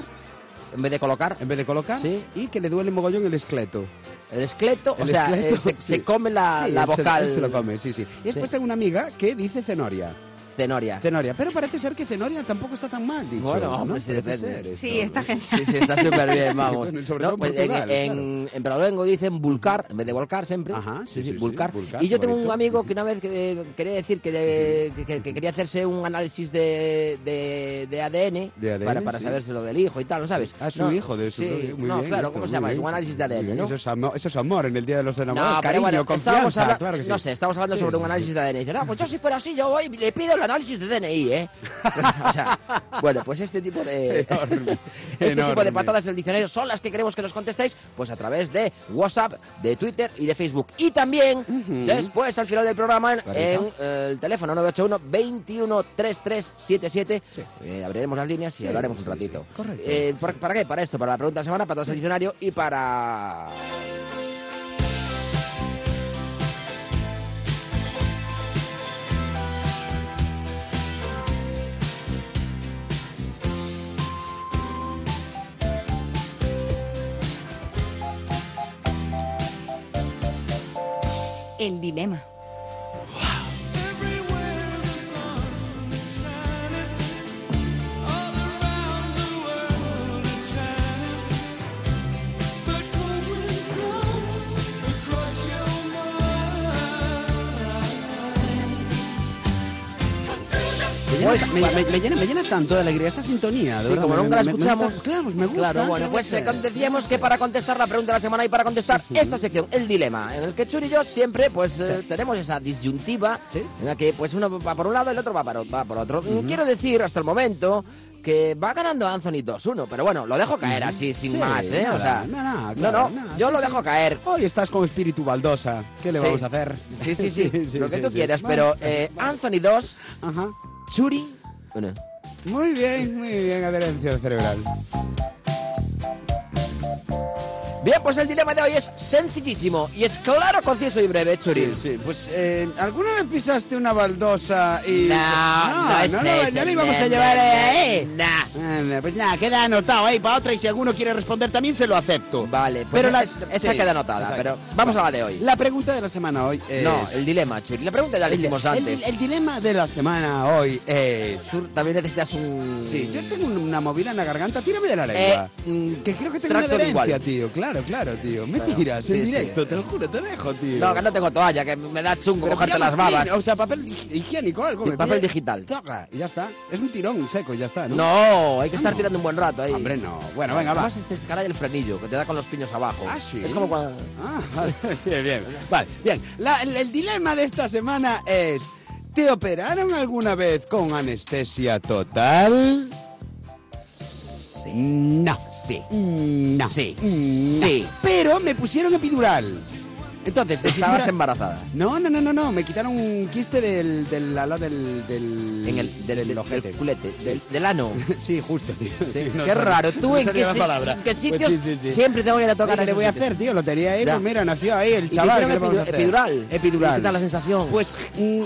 Speaker 3: En vez de colocar
Speaker 2: en vez de colocar
Speaker 3: Sí.
Speaker 2: y que le duele mogollón el esqueleto.
Speaker 3: el esqueleto, o
Speaker 2: El
Speaker 3: sea,
Speaker 2: esqueleto,
Speaker 3: eh, se,
Speaker 2: sí.
Speaker 3: se come la,
Speaker 2: Sí,
Speaker 3: la
Speaker 2: él se-
Speaker 3: vocal
Speaker 2: él Se, lo come, sí, sí. Y después
Speaker 3: Sí.
Speaker 2: tengo una amiga que dice cenoria.
Speaker 3: tenoria.
Speaker 2: Cenoria, pero parece ser que cenoria tampoco está tan mal dicho.
Speaker 3: Bueno,
Speaker 2: ¿no?
Speaker 3: hombre, sí,
Speaker 2: Parece
Speaker 3: depende.
Speaker 2: ser esto,
Speaker 5: Sí, está
Speaker 2: ¿no?
Speaker 5: genial.
Speaker 3: Sí, sí, está súper bien, vamos. pues,
Speaker 2: Bueno, y sobre todo en
Speaker 3: en,
Speaker 2: Portugal,
Speaker 3: en- en Palavengo dicen vulcar, en vez de volcar siempre.
Speaker 2: Ajá, sí, sí, sí,
Speaker 3: vulcar.
Speaker 2: vulcar,
Speaker 3: y yo tengo un
Speaker 2: bonito.
Speaker 3: amigo que una vez que, eh, quería decir que, le- que- que- que quería hacerse un análisis de, de, de ADN,
Speaker 2: De ADN,
Speaker 3: para, para
Speaker 2: sí.
Speaker 3: saberse lo del hijo y tal, ¿no sabes?
Speaker 2: Ah, su
Speaker 3: No,
Speaker 2: hijo de su
Speaker 3: sí,
Speaker 2: muy
Speaker 3: No,
Speaker 2: bien,
Speaker 3: claro,
Speaker 2: esto,
Speaker 3: ¿cómo se
Speaker 2: muy
Speaker 3: llama? Es
Speaker 2: bien.
Speaker 3: un análisis de
Speaker 2: Muy
Speaker 3: ADN,
Speaker 2: bien,
Speaker 3: ¿no?
Speaker 2: Eso es, amor, eso es amor en el Día de los Enamorados.
Speaker 3: No, pero
Speaker 2: cariño,
Speaker 3: bueno, estábamos
Speaker 2: confianza,
Speaker 3: habla-
Speaker 2: claro que sí.
Speaker 3: No sé, estamos hablando
Speaker 2: Sí,
Speaker 3: sobre un
Speaker 2: sí,
Speaker 3: análisis
Speaker 2: sí.
Speaker 3: de ADN. Dicen, ah, pues yo si fuera así, yo voy y le pido el análisis de DNI, ¿eh? o sea, bueno, pues este tipo de...
Speaker 2: Enorme,
Speaker 3: este tipo de
Speaker 2: enorme.
Speaker 3: patadas del diccionario son las que queremos que nos contestéis, pues a través de WhatsApp, de Twitter y de Facebook. Y también, después, al final del programa, en,
Speaker 2: Correcto.
Speaker 3: en, eh, el teléfono 981-213377,
Speaker 2: Sí.
Speaker 3: eh, abriremos las líneas y hablaremos un
Speaker 2: sí,
Speaker 3: ratito.
Speaker 2: sí. Correcto.
Speaker 3: Eh, ¿por- ¿Para qué? Para esto, para la pregunta de la semana, patadas del diccionario y para...
Speaker 5: El dilema.
Speaker 2: Me llena,
Speaker 3: Pues,
Speaker 2: me, me- me llena- me llena tanto de alegría esta sintonía. de
Speaker 3: Sí,
Speaker 2: verdad,
Speaker 3: como
Speaker 2: me-
Speaker 3: nunca la
Speaker 2: me- me gusta-
Speaker 3: escuchamos.
Speaker 2: claro, pues me gusta.
Speaker 3: Claro, bueno,
Speaker 2: sí,
Speaker 3: pues
Speaker 2: me
Speaker 3: eh,
Speaker 2: gusta.
Speaker 3: con- decíamos que para contestar la pregunta de la semana y para contestar esta sección, el dilema, en el que Chur y yo siempre pues eh, tenemos esa disyuntiva
Speaker 2: Sí.
Speaker 3: en la que pues uno va por un lado y el otro va, para, o- va por otro. Mm, Quiero decir, hasta el momento, que va ganando Anthony 2-1, pero bueno, lo dejo caer así, sin
Speaker 2: Sí,
Speaker 3: más, ¿eh? o
Speaker 2: nada,
Speaker 3: sea,
Speaker 2: nada,
Speaker 3: no,
Speaker 2: claro,
Speaker 3: no,
Speaker 2: nada,
Speaker 3: yo
Speaker 2: sí,
Speaker 3: lo
Speaker 2: sí.
Speaker 3: dejo caer.
Speaker 2: Hoy estás con espíritu baldosa. ¿Qué le
Speaker 3: Sí.
Speaker 2: vamos a hacer?
Speaker 3: Sí, sí, sí, lo que
Speaker 2: sí,
Speaker 3: tú
Speaker 2: sí.
Speaker 3: quieras,
Speaker 2: Bueno,
Speaker 3: pero eh, Anthony 2,
Speaker 2: Ajá.
Speaker 3: Churi... Bueno,
Speaker 2: Muy bien, muy bien, adherencia cerebral.
Speaker 3: Bien, pues el dilema de hoy es sencillísimo y es claro, conciso y breve, Churi.
Speaker 2: Sí, sí, pues eh, ¿alguna vez pisaste una baldosa y...?
Speaker 3: No, no, es
Speaker 2: no, lo-
Speaker 3: ese,
Speaker 2: no lo íbamos
Speaker 3: no,
Speaker 2: a llevar
Speaker 3: no,
Speaker 2: eh,
Speaker 3: no,
Speaker 2: eh. Anda, Pues nada, queda anotado ahí para otra y si alguno quiere responder también se lo acepto.
Speaker 3: Vale, pues
Speaker 2: Pero la-
Speaker 3: es- esa
Speaker 2: sí,
Speaker 3: queda anotada,
Speaker 2: exacto.
Speaker 3: pero vamos a la de hoy.
Speaker 2: La pregunta de la semana hoy es...
Speaker 3: No, el dilema, Churi. La pregunta ya la hicimos
Speaker 2: el-
Speaker 3: antes.
Speaker 2: el- el dilema de la semana hoy es...
Speaker 3: Tú también necesitas un...
Speaker 2: Sí, yo tengo un- una movida en la garganta, tírame de la
Speaker 3: Eh,
Speaker 2: lengua.
Speaker 3: mm,
Speaker 2: que creo que tengo una
Speaker 3: tracto
Speaker 2: adherencia,
Speaker 3: lingual.
Speaker 2: tío. Claro, claro, tío. Me
Speaker 3: Bueno,
Speaker 2: tiras en
Speaker 3: sí, sí.
Speaker 2: directo, te lo juro, te dejo, tío.
Speaker 3: No, que no tengo toalla, que me da chungo
Speaker 2: Pero
Speaker 3: cogerte
Speaker 2: pillamos
Speaker 3: las babas.
Speaker 2: clean, o sea, papel hig- higiénico, algo.
Speaker 3: Sí,
Speaker 2: me
Speaker 3: papel
Speaker 2: pilla-
Speaker 3: digital.
Speaker 2: Toca, y ya está. Es un tirón seco, y ya está. No.
Speaker 3: No, hay que estar tirando un buen rato ahí.
Speaker 2: Hombre, no. Bueno, venga, va.
Speaker 3: Además, este es caray el frenillo, que te da con los piños abajo.
Speaker 2: Ah, sí.
Speaker 3: Es como cuando...
Speaker 2: Ah, vale, bien, bien. Vale, bien. La- el, el dilema de esta semana es... ¿Te operaron alguna vez con anestesia total? Sí. No.
Speaker 3: Sí.
Speaker 2: No.
Speaker 3: Mm, Sí.
Speaker 2: No.
Speaker 3: Sí.
Speaker 2: Pero me pusieron epidural. Entonces, de
Speaker 3: Estabas
Speaker 2: cintura-
Speaker 3: embarazada.
Speaker 2: No, no, no, no, no. Me quitaron un quiste del, del ala del, del.
Speaker 3: En el... Del, del-
Speaker 2: ojete.
Speaker 3: del culete.
Speaker 2: Sí.
Speaker 3: Del, del ano.
Speaker 2: Sí, justo, tío.
Speaker 3: Sí,
Speaker 2: Sí, no
Speaker 3: Qué
Speaker 2: sabía-
Speaker 3: raro. Tú
Speaker 2: no
Speaker 3: en,
Speaker 2: sabía
Speaker 3: qué,
Speaker 2: la
Speaker 3: si-
Speaker 2: palabra.
Speaker 3: en qué
Speaker 2: Pues
Speaker 3: sitios
Speaker 2: sí, sí, sí.
Speaker 3: siempre tengo que ir a
Speaker 2: Oye,
Speaker 3: tocar
Speaker 2: ¿Qué
Speaker 3: a
Speaker 2: le
Speaker 3: esos
Speaker 2: voy a
Speaker 3: sitios?
Speaker 2: hacer, tío? Lo tenía ahí,
Speaker 3: Ya.
Speaker 2: pues mira, nació ahí el
Speaker 3: Y te
Speaker 2: chaval.
Speaker 3: hicieron
Speaker 2: ¿qué le vamos a
Speaker 3: epidu-
Speaker 2: hacer?
Speaker 3: epidural.
Speaker 2: Epidural.
Speaker 3: ¿Y qué tal la sensación?
Speaker 2: Pues mm,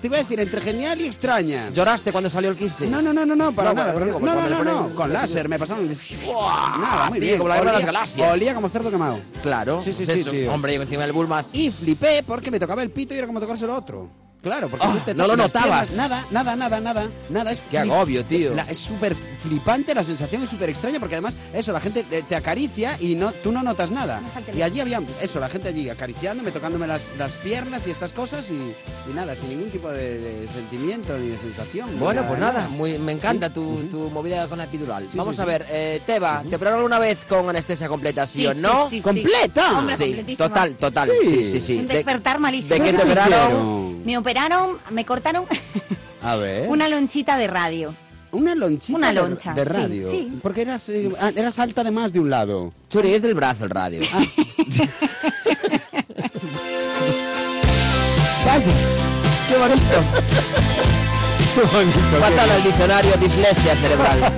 Speaker 2: te iba a decir, entre genial y extraña.
Speaker 3: ¿Lloraste cuando salió el quiste?
Speaker 2: No, no, no, no, no, para
Speaker 3: No,
Speaker 2: nada.
Speaker 3: bueno,
Speaker 2: para
Speaker 3: digo,
Speaker 2: nada.
Speaker 3: porque
Speaker 2: no, no,
Speaker 3: le
Speaker 2: no,
Speaker 3: ponen-
Speaker 2: no, con láser, me pasaron. Nada, muy
Speaker 3: tío,
Speaker 2: bien.
Speaker 3: como la guerra de las
Speaker 2: Olía-
Speaker 3: galaxias.
Speaker 2: Olía como cerdo quemado.
Speaker 3: Claro.
Speaker 2: Sí, sí,
Speaker 3: pues
Speaker 2: sí,
Speaker 3: eso,
Speaker 2: tío.
Speaker 3: Hombre, y encima del Bulmas.
Speaker 2: Y flipé porque me tocaba el pito y era como tocárselo otro. Claro, porque
Speaker 3: Ah,
Speaker 2: tú te
Speaker 3: no lo
Speaker 2: tocas las
Speaker 3: notabas.
Speaker 2: piernas, Nada, nada, nada, nada, nada. Es
Speaker 3: Qué
Speaker 2: flip-
Speaker 3: agobio, tío.
Speaker 2: la- es súper flipante, la sensación es súper extraña porque además, eso, la gente te, te acaricia y no, tú no notas nada.
Speaker 5: No falta
Speaker 2: y allí había, eso, la gente allí acariciándome, tocándome las, las piernas y estas cosas y, y nada, sin ningún tipo de, de sentimiento ni de sensación. ni
Speaker 3: Bueno, pues nada, muy, me encanta tu, tu movida con la epidural. Vamos
Speaker 2: sí,
Speaker 3: a
Speaker 2: sí.
Speaker 3: ver, eh, Teba, ¿te operaron alguna vez con anestesia completa, sí,
Speaker 5: Sí,
Speaker 3: o
Speaker 5: sí,
Speaker 3: no?
Speaker 5: sí, sí.
Speaker 2: ¡Completa!
Speaker 5: Hombre,
Speaker 3: Sí,
Speaker 5: completísima.
Speaker 3: total, total.
Speaker 2: Sí.
Speaker 3: Sí, sí, sí.
Speaker 5: Un
Speaker 3: De-
Speaker 5: despertar malísimo.
Speaker 3: ¿De qué
Speaker 2: ¿Qué
Speaker 3: te
Speaker 2: te
Speaker 3: operaron? ¿Eh?
Speaker 2: hicieron?
Speaker 5: Me operaron, me cortaron
Speaker 2: A ver.
Speaker 5: una lonchita de radio.
Speaker 2: Una lonchita
Speaker 5: Una
Speaker 2: de-
Speaker 5: loncha,
Speaker 2: de
Speaker 5: sí,
Speaker 2: radio.
Speaker 5: sí.
Speaker 2: Porque eras, eh, ah, eras alta de más de un lado.
Speaker 3: Churi, es del brazo el radio.
Speaker 5: Ah,
Speaker 2: ¡Vaya! ¡Qué bonito!
Speaker 3: Faltan al diccionario dislexia cerebral.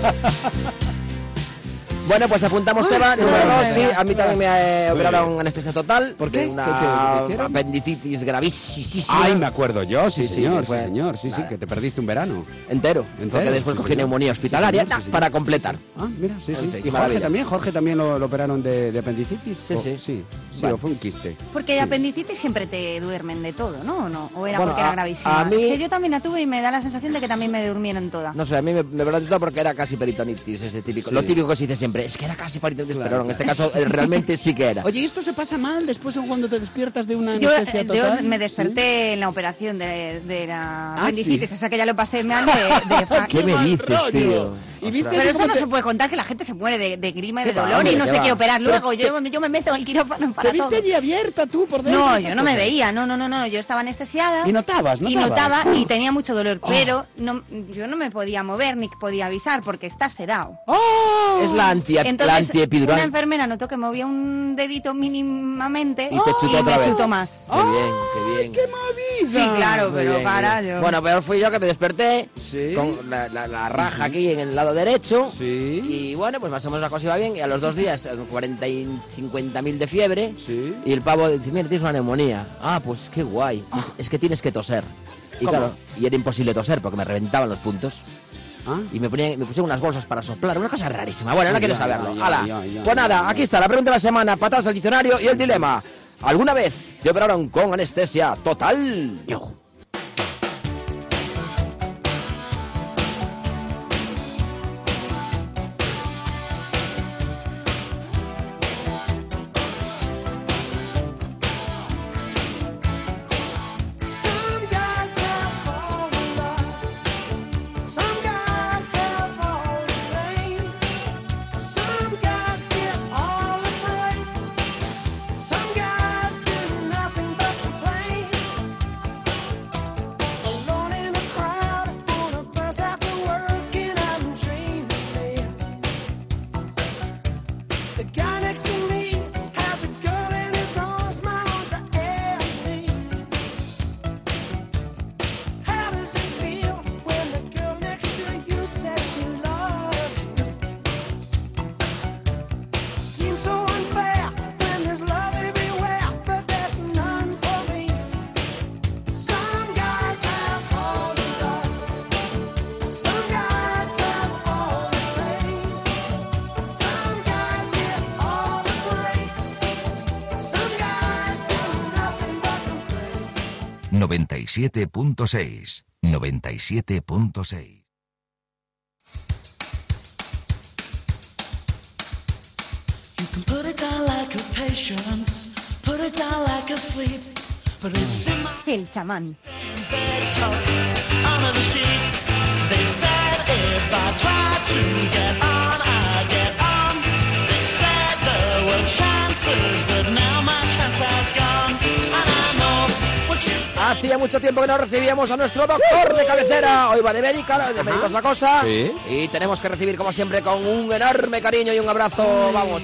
Speaker 3: Bueno, pues apuntamos tema número dos. Sí, a mí también me eh, operaron anestesia total.
Speaker 2: ¿Por qué?
Speaker 3: de
Speaker 2: ¿Qué te-
Speaker 3: Una
Speaker 2: te hicieron?
Speaker 3: apendicitis gravísima.
Speaker 2: Ay, me acuerdo yo, sí,
Speaker 3: Sí, sí,
Speaker 2: señor, sí,
Speaker 3: fue-
Speaker 2: señor, sí, sí,
Speaker 3: nada.
Speaker 2: que te perdiste un verano.
Speaker 3: Entero.
Speaker 2: Entero,
Speaker 3: Porque después
Speaker 2: sí,
Speaker 3: cogí
Speaker 2: señor.
Speaker 3: neumonía hospitalaria
Speaker 2: Sí, señor, sí, señor.
Speaker 3: para completar.
Speaker 2: Ah, mira, sí, sí.
Speaker 3: En fin,
Speaker 2: y Jorge
Speaker 3: maravilla.
Speaker 2: también, Jorge también lo, lo operaron de, de apendicitis.
Speaker 3: Sí,
Speaker 2: o-
Speaker 3: sí.
Speaker 2: Sí, sí,
Speaker 3: Vale.
Speaker 2: o fue un quiste.
Speaker 5: Porque
Speaker 2: Sí.
Speaker 5: apendicitis siempre te duermen de todo, ¿no? ¿O, no? ¿O era
Speaker 3: Bueno,
Speaker 5: porque
Speaker 3: a-
Speaker 5: era gravísima?
Speaker 3: a mí-
Speaker 5: Es que yo también la tuve y me da la sensación de que también me durmieron toda.
Speaker 3: No sé, a mí me, me habrá asustado porque era casi peritonitis, ese típico. Lo típico que se dice siempre, es que era casi peritonitis, pero no, en este caso eh, realmente sí que era.
Speaker 6: Oye, ¿y esto se pasa mal después cuando te despiertas de una
Speaker 5: Yo
Speaker 6: anestesia
Speaker 5: eh, de-
Speaker 6: total?
Speaker 5: me desperté en la operación de, de la
Speaker 6: Ah,
Speaker 5: apendicitis,
Speaker 6: sí.
Speaker 5: o sea que ya lo pasé mal de, de fa-
Speaker 3: ¿Qué me dices, tío?
Speaker 6: ¿Y viste
Speaker 5: Pero esto
Speaker 6: cómo
Speaker 5: no
Speaker 6: te-
Speaker 5: se puede contar que la gente se muere de, de grima y
Speaker 3: ¿Qué
Speaker 5: de
Speaker 3: va,
Speaker 5: dolor
Speaker 3: hombre,
Speaker 5: y no
Speaker 3: qué
Speaker 5: se
Speaker 3: va?
Speaker 5: quiere operar
Speaker 3: Pero
Speaker 5: luego. Yo, yo me meto al quirófano para
Speaker 6: Te viste
Speaker 5: todo.
Speaker 6: allí abierta tú por dentro.
Speaker 5: No,
Speaker 6: y
Speaker 5: yo
Speaker 6: estas
Speaker 5: no me
Speaker 6: cosas?
Speaker 5: veía, no, no, no, no, yo estaba anestesiada.
Speaker 2: Y notabas,
Speaker 5: Y
Speaker 2: notabas.
Speaker 5: notaba y tenía mucho dolor,
Speaker 3: Oh.
Speaker 5: pero no, yo no me podía mover ni podía avisar porque está sedado.
Speaker 6: ¡Oh!
Speaker 3: Es la, anti, la
Speaker 5: Entonces, una
Speaker 3: antiepidural.
Speaker 5: enfermera notó que movía un dedito mínimamente
Speaker 3: Y te chutó otra
Speaker 5: ¡Oh! me
Speaker 3: vez.
Speaker 5: chutó más.
Speaker 3: Qué bien, qué bien.
Speaker 6: ¡Qué movida!
Speaker 5: Sí,
Speaker 2: Ah,
Speaker 5: claro,
Speaker 3: Muy
Speaker 5: pero
Speaker 3: bien, muy
Speaker 5: para
Speaker 3: bien.
Speaker 5: yo.
Speaker 3: Bueno, pero fui yo que me desperté
Speaker 2: Sí.
Speaker 3: con la, la- la raja aquí en el lado derecho.
Speaker 2: Sí.
Speaker 3: Y bueno, pues más o menos la cosa iba bien. Y a los dos días, eh, 40 y 50 mil de fiebre.
Speaker 2: Sí.
Speaker 3: Y el pavo dice, mira, tienes una neumonía. Ah, pues qué guay. Dice, Es que tienes que toser. Y
Speaker 2: ¿Cómo?
Speaker 3: claro, y era imposible toser porque me reventaban los puntos.
Speaker 2: Ah,
Speaker 3: Y me, ponían, me pusieron unas bolsas para soplar, una cosa rarísima. Bueno, no
Speaker 2: Ay,
Speaker 3: quiero
Speaker 2: ay,
Speaker 3: saberlo.
Speaker 2: ay,
Speaker 3: Hala.
Speaker 2: ay, ay, ay,
Speaker 3: Pues nada,
Speaker 2: ay,
Speaker 3: aquí está la pregunta de la semana, patadas al diccionario y el dilema. ¿Alguna vez te operaron con anestesia total?
Speaker 7: The guy next to me has a girl in his arms, my arms are empty. How does it feel when the girl next to you says she loves you? Seems so unfair when there's love everywhere, but there's none for me. Some guys have all the love, some guys have all the pain. Some guys get all the praise, some guys do nothing but complain.
Speaker 8: 97.6. 97.6.
Speaker 7: You can put it down like a patience, put it down like a sleep, but it's in my
Speaker 5: El chamán.
Speaker 7: bed tucked under the sheets. They said if I tried to get on, I'd get on. They said there were chances, but now my chance has gone, and I know what you.
Speaker 3: Hacía mucho tiempo que no recibíamos a nuestro doctor de cabecera. Hoy va de médica, de médicos la cosa.
Speaker 2: Sí.
Speaker 3: Y tenemos que recibir, como siempre, con un enorme cariño y un abrazo, vamos,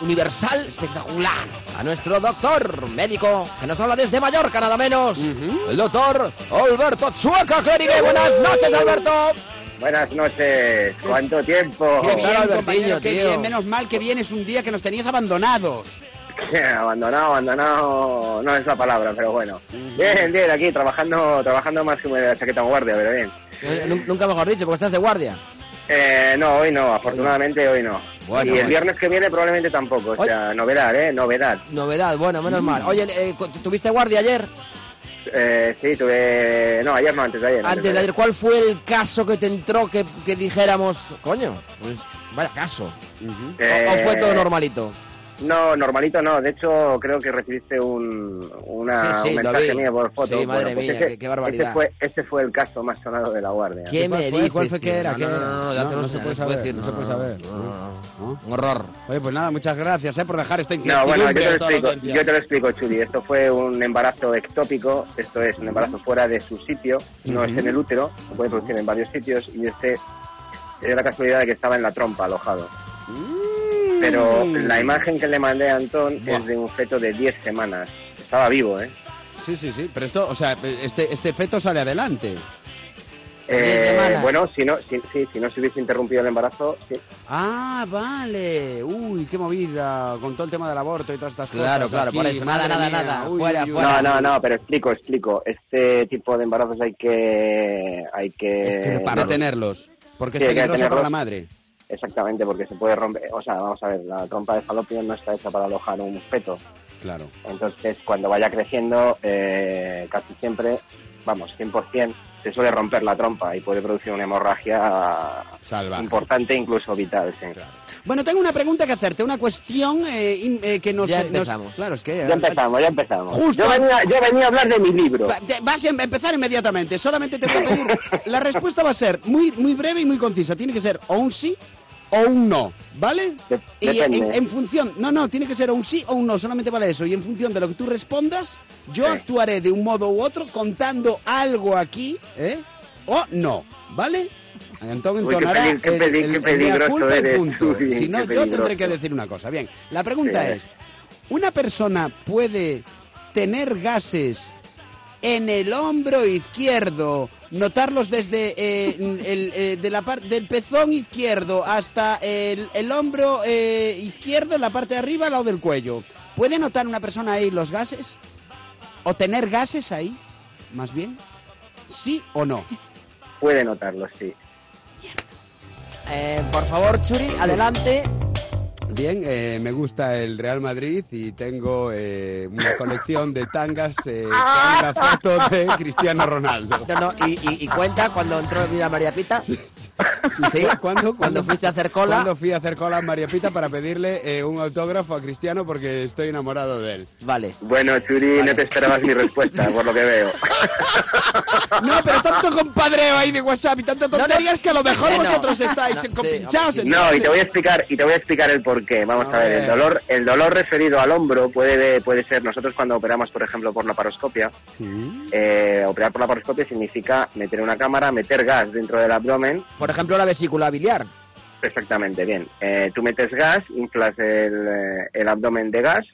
Speaker 3: universal, espectacular, a nuestro doctor médico, que nos habla desde Mallorca, nada menos, el doctor Alberto Chueca Clérigue.
Speaker 2: ¡Uh!
Speaker 3: Buenas noches, Alberto.
Speaker 9: Buenas noches, ¿cuánto tiempo?
Speaker 2: qué bien,
Speaker 3: Hola, Albertiño,
Speaker 2: compañero, qué
Speaker 3: tío.
Speaker 2: bien. Menos mal que vienes un día que nos tenías abandonados.
Speaker 9: abandonado, abandonado, no es la palabra, pero bueno. Bien, bien, aquí trabajando trabajando más que una chaqueta en guardia, pero bien.
Speaker 3: Eh, nun- Nunca mejor dicho, porque estás de guardia.
Speaker 9: Eh, no, hoy no, afortunadamente hoy no.
Speaker 3: Bueno,
Speaker 9: y el
Speaker 3: bueno.
Speaker 9: viernes que viene probablemente tampoco, o sea, novedad, ¿eh? Novedad.
Speaker 3: Novedad, bueno, menos mal. Oye, eh, cu- ¿tuviste guardia ayer?
Speaker 9: Eh, sí, tuve... No, ayer no, antes de ayer.
Speaker 3: Antes de ayer, ¿cuál fue el caso que te entró que, que dijéramos, coño, pues vaya caso?
Speaker 9: Eh,
Speaker 3: ¿O, o fue todo normalito?
Speaker 9: No, normalito no, de hecho creo que recibiste un, una,
Speaker 3: Sí, sí,
Speaker 9: Ah, un
Speaker 3: lo
Speaker 9: mensaje
Speaker 3: vi.
Speaker 9: mío por foto.
Speaker 3: Sí, madre mía, qué- qué barbaridad.
Speaker 9: Este fue, este fue el caso más sonado de la guardia.
Speaker 3: ¿Qué
Speaker 2: cuál
Speaker 3: me
Speaker 2: fue?
Speaker 3: dices?
Speaker 2: ¿Cuál fue que
Speaker 3: tío?
Speaker 2: era?
Speaker 3: No,
Speaker 2: ¿Qué
Speaker 3: no, no,
Speaker 2: era?
Speaker 3: no, ya
Speaker 2: No,
Speaker 3: te
Speaker 2: no
Speaker 3: lo-
Speaker 2: se
Speaker 3: ya
Speaker 2: puede
Speaker 3: te lo
Speaker 2: saber,
Speaker 3: puedo decir.
Speaker 2: no se puede saber.
Speaker 3: no, no, no, no.
Speaker 2: ¿No?
Speaker 3: Un horror.
Speaker 2: Oye, pues nada, muchas gracias eh, por dejar esta
Speaker 9: No,
Speaker 2: incertidumbre.
Speaker 9: bueno, yo te, lo
Speaker 3: toda la
Speaker 9: explico,
Speaker 3: audiencia.
Speaker 9: yo te lo explico, Churi. Esto fue un embarazo ectópico, esto es un embarazo fuera de su sitio, no es en el útero, se puede producir en varios sitios y este era la casualidad de que estaba en la trompa alojado. Pero la imagen que le mandé a Antón
Speaker 3: Mm. Buah.
Speaker 9: es de un feto de 10 semanas. Estaba vivo, ¿eh?
Speaker 2: Sí, sí, sí. Pero esto, o sea, este, este feto sale adelante.
Speaker 9: Eh,
Speaker 3: de malas.
Speaker 9: bueno, si no, si, sí, si no se hubiese interrumpido el embarazo, sí.
Speaker 2: Ah, vale. Uy, qué movida. Con todo el tema del aborto y todas estas
Speaker 3: Claro,
Speaker 2: cosas.
Speaker 3: claro,
Speaker 2: aquí.
Speaker 3: por eso. Nada,
Speaker 2: Madre
Speaker 3: nada,
Speaker 2: mía.
Speaker 3: nada.
Speaker 2: Uy,
Speaker 3: Fuera,
Speaker 2: uy, uy.
Speaker 9: No,
Speaker 3: fuera.
Speaker 9: no, no, pero explico, explico. Este tipo de embarazos hay que... Hay que...
Speaker 2: Para detenerlos. Porque es
Speaker 9: eh, Sí, hay que
Speaker 2: peligroso para
Speaker 9: detenerlos.
Speaker 2: la madre.
Speaker 9: Exactamente, porque se puede romper... O sea, vamos a ver, la trompa de falopio no está hecha para alojar un feto.
Speaker 2: Claro.
Speaker 9: Entonces, cuando vaya creciendo, eh, casi siempre, vamos, 100%, se suele romper la trompa y puede producir una hemorragia
Speaker 2: Salvaje.
Speaker 9: importante, incluso vital. sí.
Speaker 2: Bueno, tengo una pregunta que hacerte, una cuestión eh, in- eh, que nos...
Speaker 3: Ya
Speaker 2: eh, nos-
Speaker 3: empezamos.
Speaker 2: claro, es que...
Speaker 9: Ya empezamos, ya empezamos.
Speaker 2: Justo.
Speaker 9: Yo, venía, yo venía a hablar de mi libro.
Speaker 2: Va- te- Vas a em- empezar inmediatamente, solamente te voy a pedir... la respuesta va a ser muy, muy breve y muy concisa, tiene que ser o un sí o un no, ¿vale?
Speaker 9: De-
Speaker 2: y en,
Speaker 9: depende. ¿eh?
Speaker 2: en función... No, no, tiene que ser o un sí o un no, solamente para eso. Y en función de lo que tú respondas, yo
Speaker 9: Sí.
Speaker 2: actuaré de un modo u otro contando algo aquí, ¿eh? O no, ¿vale? Entonces
Speaker 9: Uy, qué
Speaker 2: entonará
Speaker 9: peli- qué
Speaker 2: el-
Speaker 9: peli-
Speaker 2: el-
Speaker 9: qué
Speaker 2: el mea
Speaker 9: peligroso
Speaker 2: culpa y
Speaker 9: eres
Speaker 2: punto.
Speaker 9: tú, sí,
Speaker 2: Si no,
Speaker 9: qué
Speaker 2: yo tendré
Speaker 9: peligroso.
Speaker 2: que decir una cosa. Bien, la pregunta
Speaker 9: Sí.
Speaker 2: es, ¿una persona puede tener gases en el hombro izquierdo, notarlos desde eh, el, eh, de la par- del pezón izquierdo hasta el, el hombro eh, izquierdo, en la parte de arriba, al lado del cuello? ¿Puede notar una persona ahí los gases? ¿O tener gases ahí, más bien? ¿Sí o no?
Speaker 9: Puede notarlo, sí.
Speaker 3: Eh, por favor, Churi, adelante.
Speaker 2: Bien, eh, me gusta el Real Madrid y tengo eh, una colección de tangas eh, con la foto de Cristiano Ronaldo.
Speaker 3: No, no, y, y- y cuenta cuando entró Mira María Pita.
Speaker 2: Sí,
Speaker 3: ¿Sí?
Speaker 2: ¿Cuándo, cuándo-
Speaker 3: Cuando fuiste a hacer cola.
Speaker 2: Cuando fui a hacer cola a María Pita para pedirle eh, un autógrafo a Cristiano porque estoy enamorado de él.
Speaker 3: Vale.
Speaker 9: Bueno, Churi, no te esperabas mi respuesta, por lo que veo.
Speaker 2: No, pero tanto compadreo ahí de WhatsApp y tanta tontería es que a lo mejor
Speaker 3: No, no.
Speaker 2: vosotros estáis
Speaker 3: No, sí,
Speaker 2: compinchados.
Speaker 3: hombre,
Speaker 9: No, y te voy a explicar, y te voy a explicar el porqué. Vamos
Speaker 2: A
Speaker 9: a ver, el
Speaker 2: ver.
Speaker 9: dolor, el dolor referido al hombro puede, puede ser nosotros cuando operamos, por ejemplo, por la paroscopia. Eh, operar por la paroscopia significa meter una cámara, meter gas dentro del abdomen.
Speaker 3: Por ejemplo, la vesícula biliar.
Speaker 9: Exactamente, bien. Eh, tú metes gas, inflas el, eh, el abdomen de gas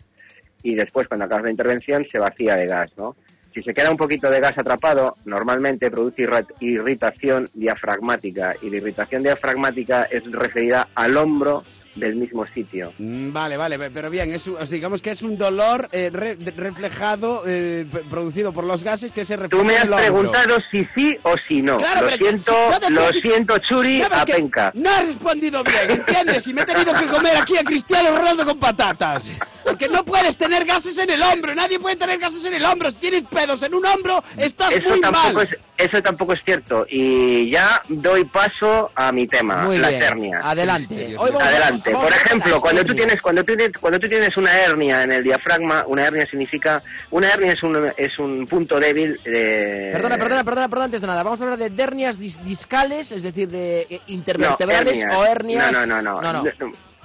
Speaker 9: y después cuando acabas la intervención se vacía de gas, ¿no? Si se queda un poquito de gas atrapado, normalmente produce irra- irritación diafragmática y la irritación diafragmática es referida al hombro del mismo sitio.
Speaker 2: Mm, Vale, vale, pe- pero bien, es, un- os digamos que es un dolor eh, re- de- reflejado, eh, p- producido por los gases que se
Speaker 9: Tú
Speaker 2: reflejan
Speaker 9: me
Speaker 2: en
Speaker 9: has
Speaker 2: el hombro.
Speaker 9: preguntado si sí o si no.
Speaker 2: Claro,
Speaker 9: lo
Speaker 2: pero
Speaker 9: siento,
Speaker 2: si yo decía
Speaker 9: lo
Speaker 2: si-
Speaker 9: siento, Churi,
Speaker 2: Ya ves
Speaker 9: a
Speaker 2: que
Speaker 9: penca.
Speaker 2: No has respondido bien, ¿entiendes? Y me he tenido que comer aquí a Cristiano Ronaldo con patatas. Porque no puedes tener gases en el hombro, nadie puede tener gases en el hombro. Si tienes pedos en un hombro, estás
Speaker 9: Eso
Speaker 2: muy
Speaker 9: tampoco,
Speaker 2: mal.
Speaker 9: es, eso tampoco es cierto. Y ya doy paso a mi tema,
Speaker 3: Muy
Speaker 9: las
Speaker 3: bien.
Speaker 9: hernias.
Speaker 3: Adelante.
Speaker 2: Dios
Speaker 3: Hoy
Speaker 2: mío.
Speaker 3: vamos-
Speaker 9: Adelante.
Speaker 3: vamos
Speaker 9: Por
Speaker 3: a hablar de
Speaker 9: ejemplo,
Speaker 3: las
Speaker 9: cuando tú
Speaker 3: hernias.
Speaker 9: tienes cuando tú tienes, cuando tú tienes una hernia en el diafragma, una hernia significa una hernia es un es un punto débil. eh,
Speaker 3: Perdona, perdona, perdona, perdona, antes de nada. Vamos a hablar de hernias dis- discales, es decir, de eh,
Speaker 9: no,
Speaker 3: intervertebrales o hernias.
Speaker 9: No, no, no, no.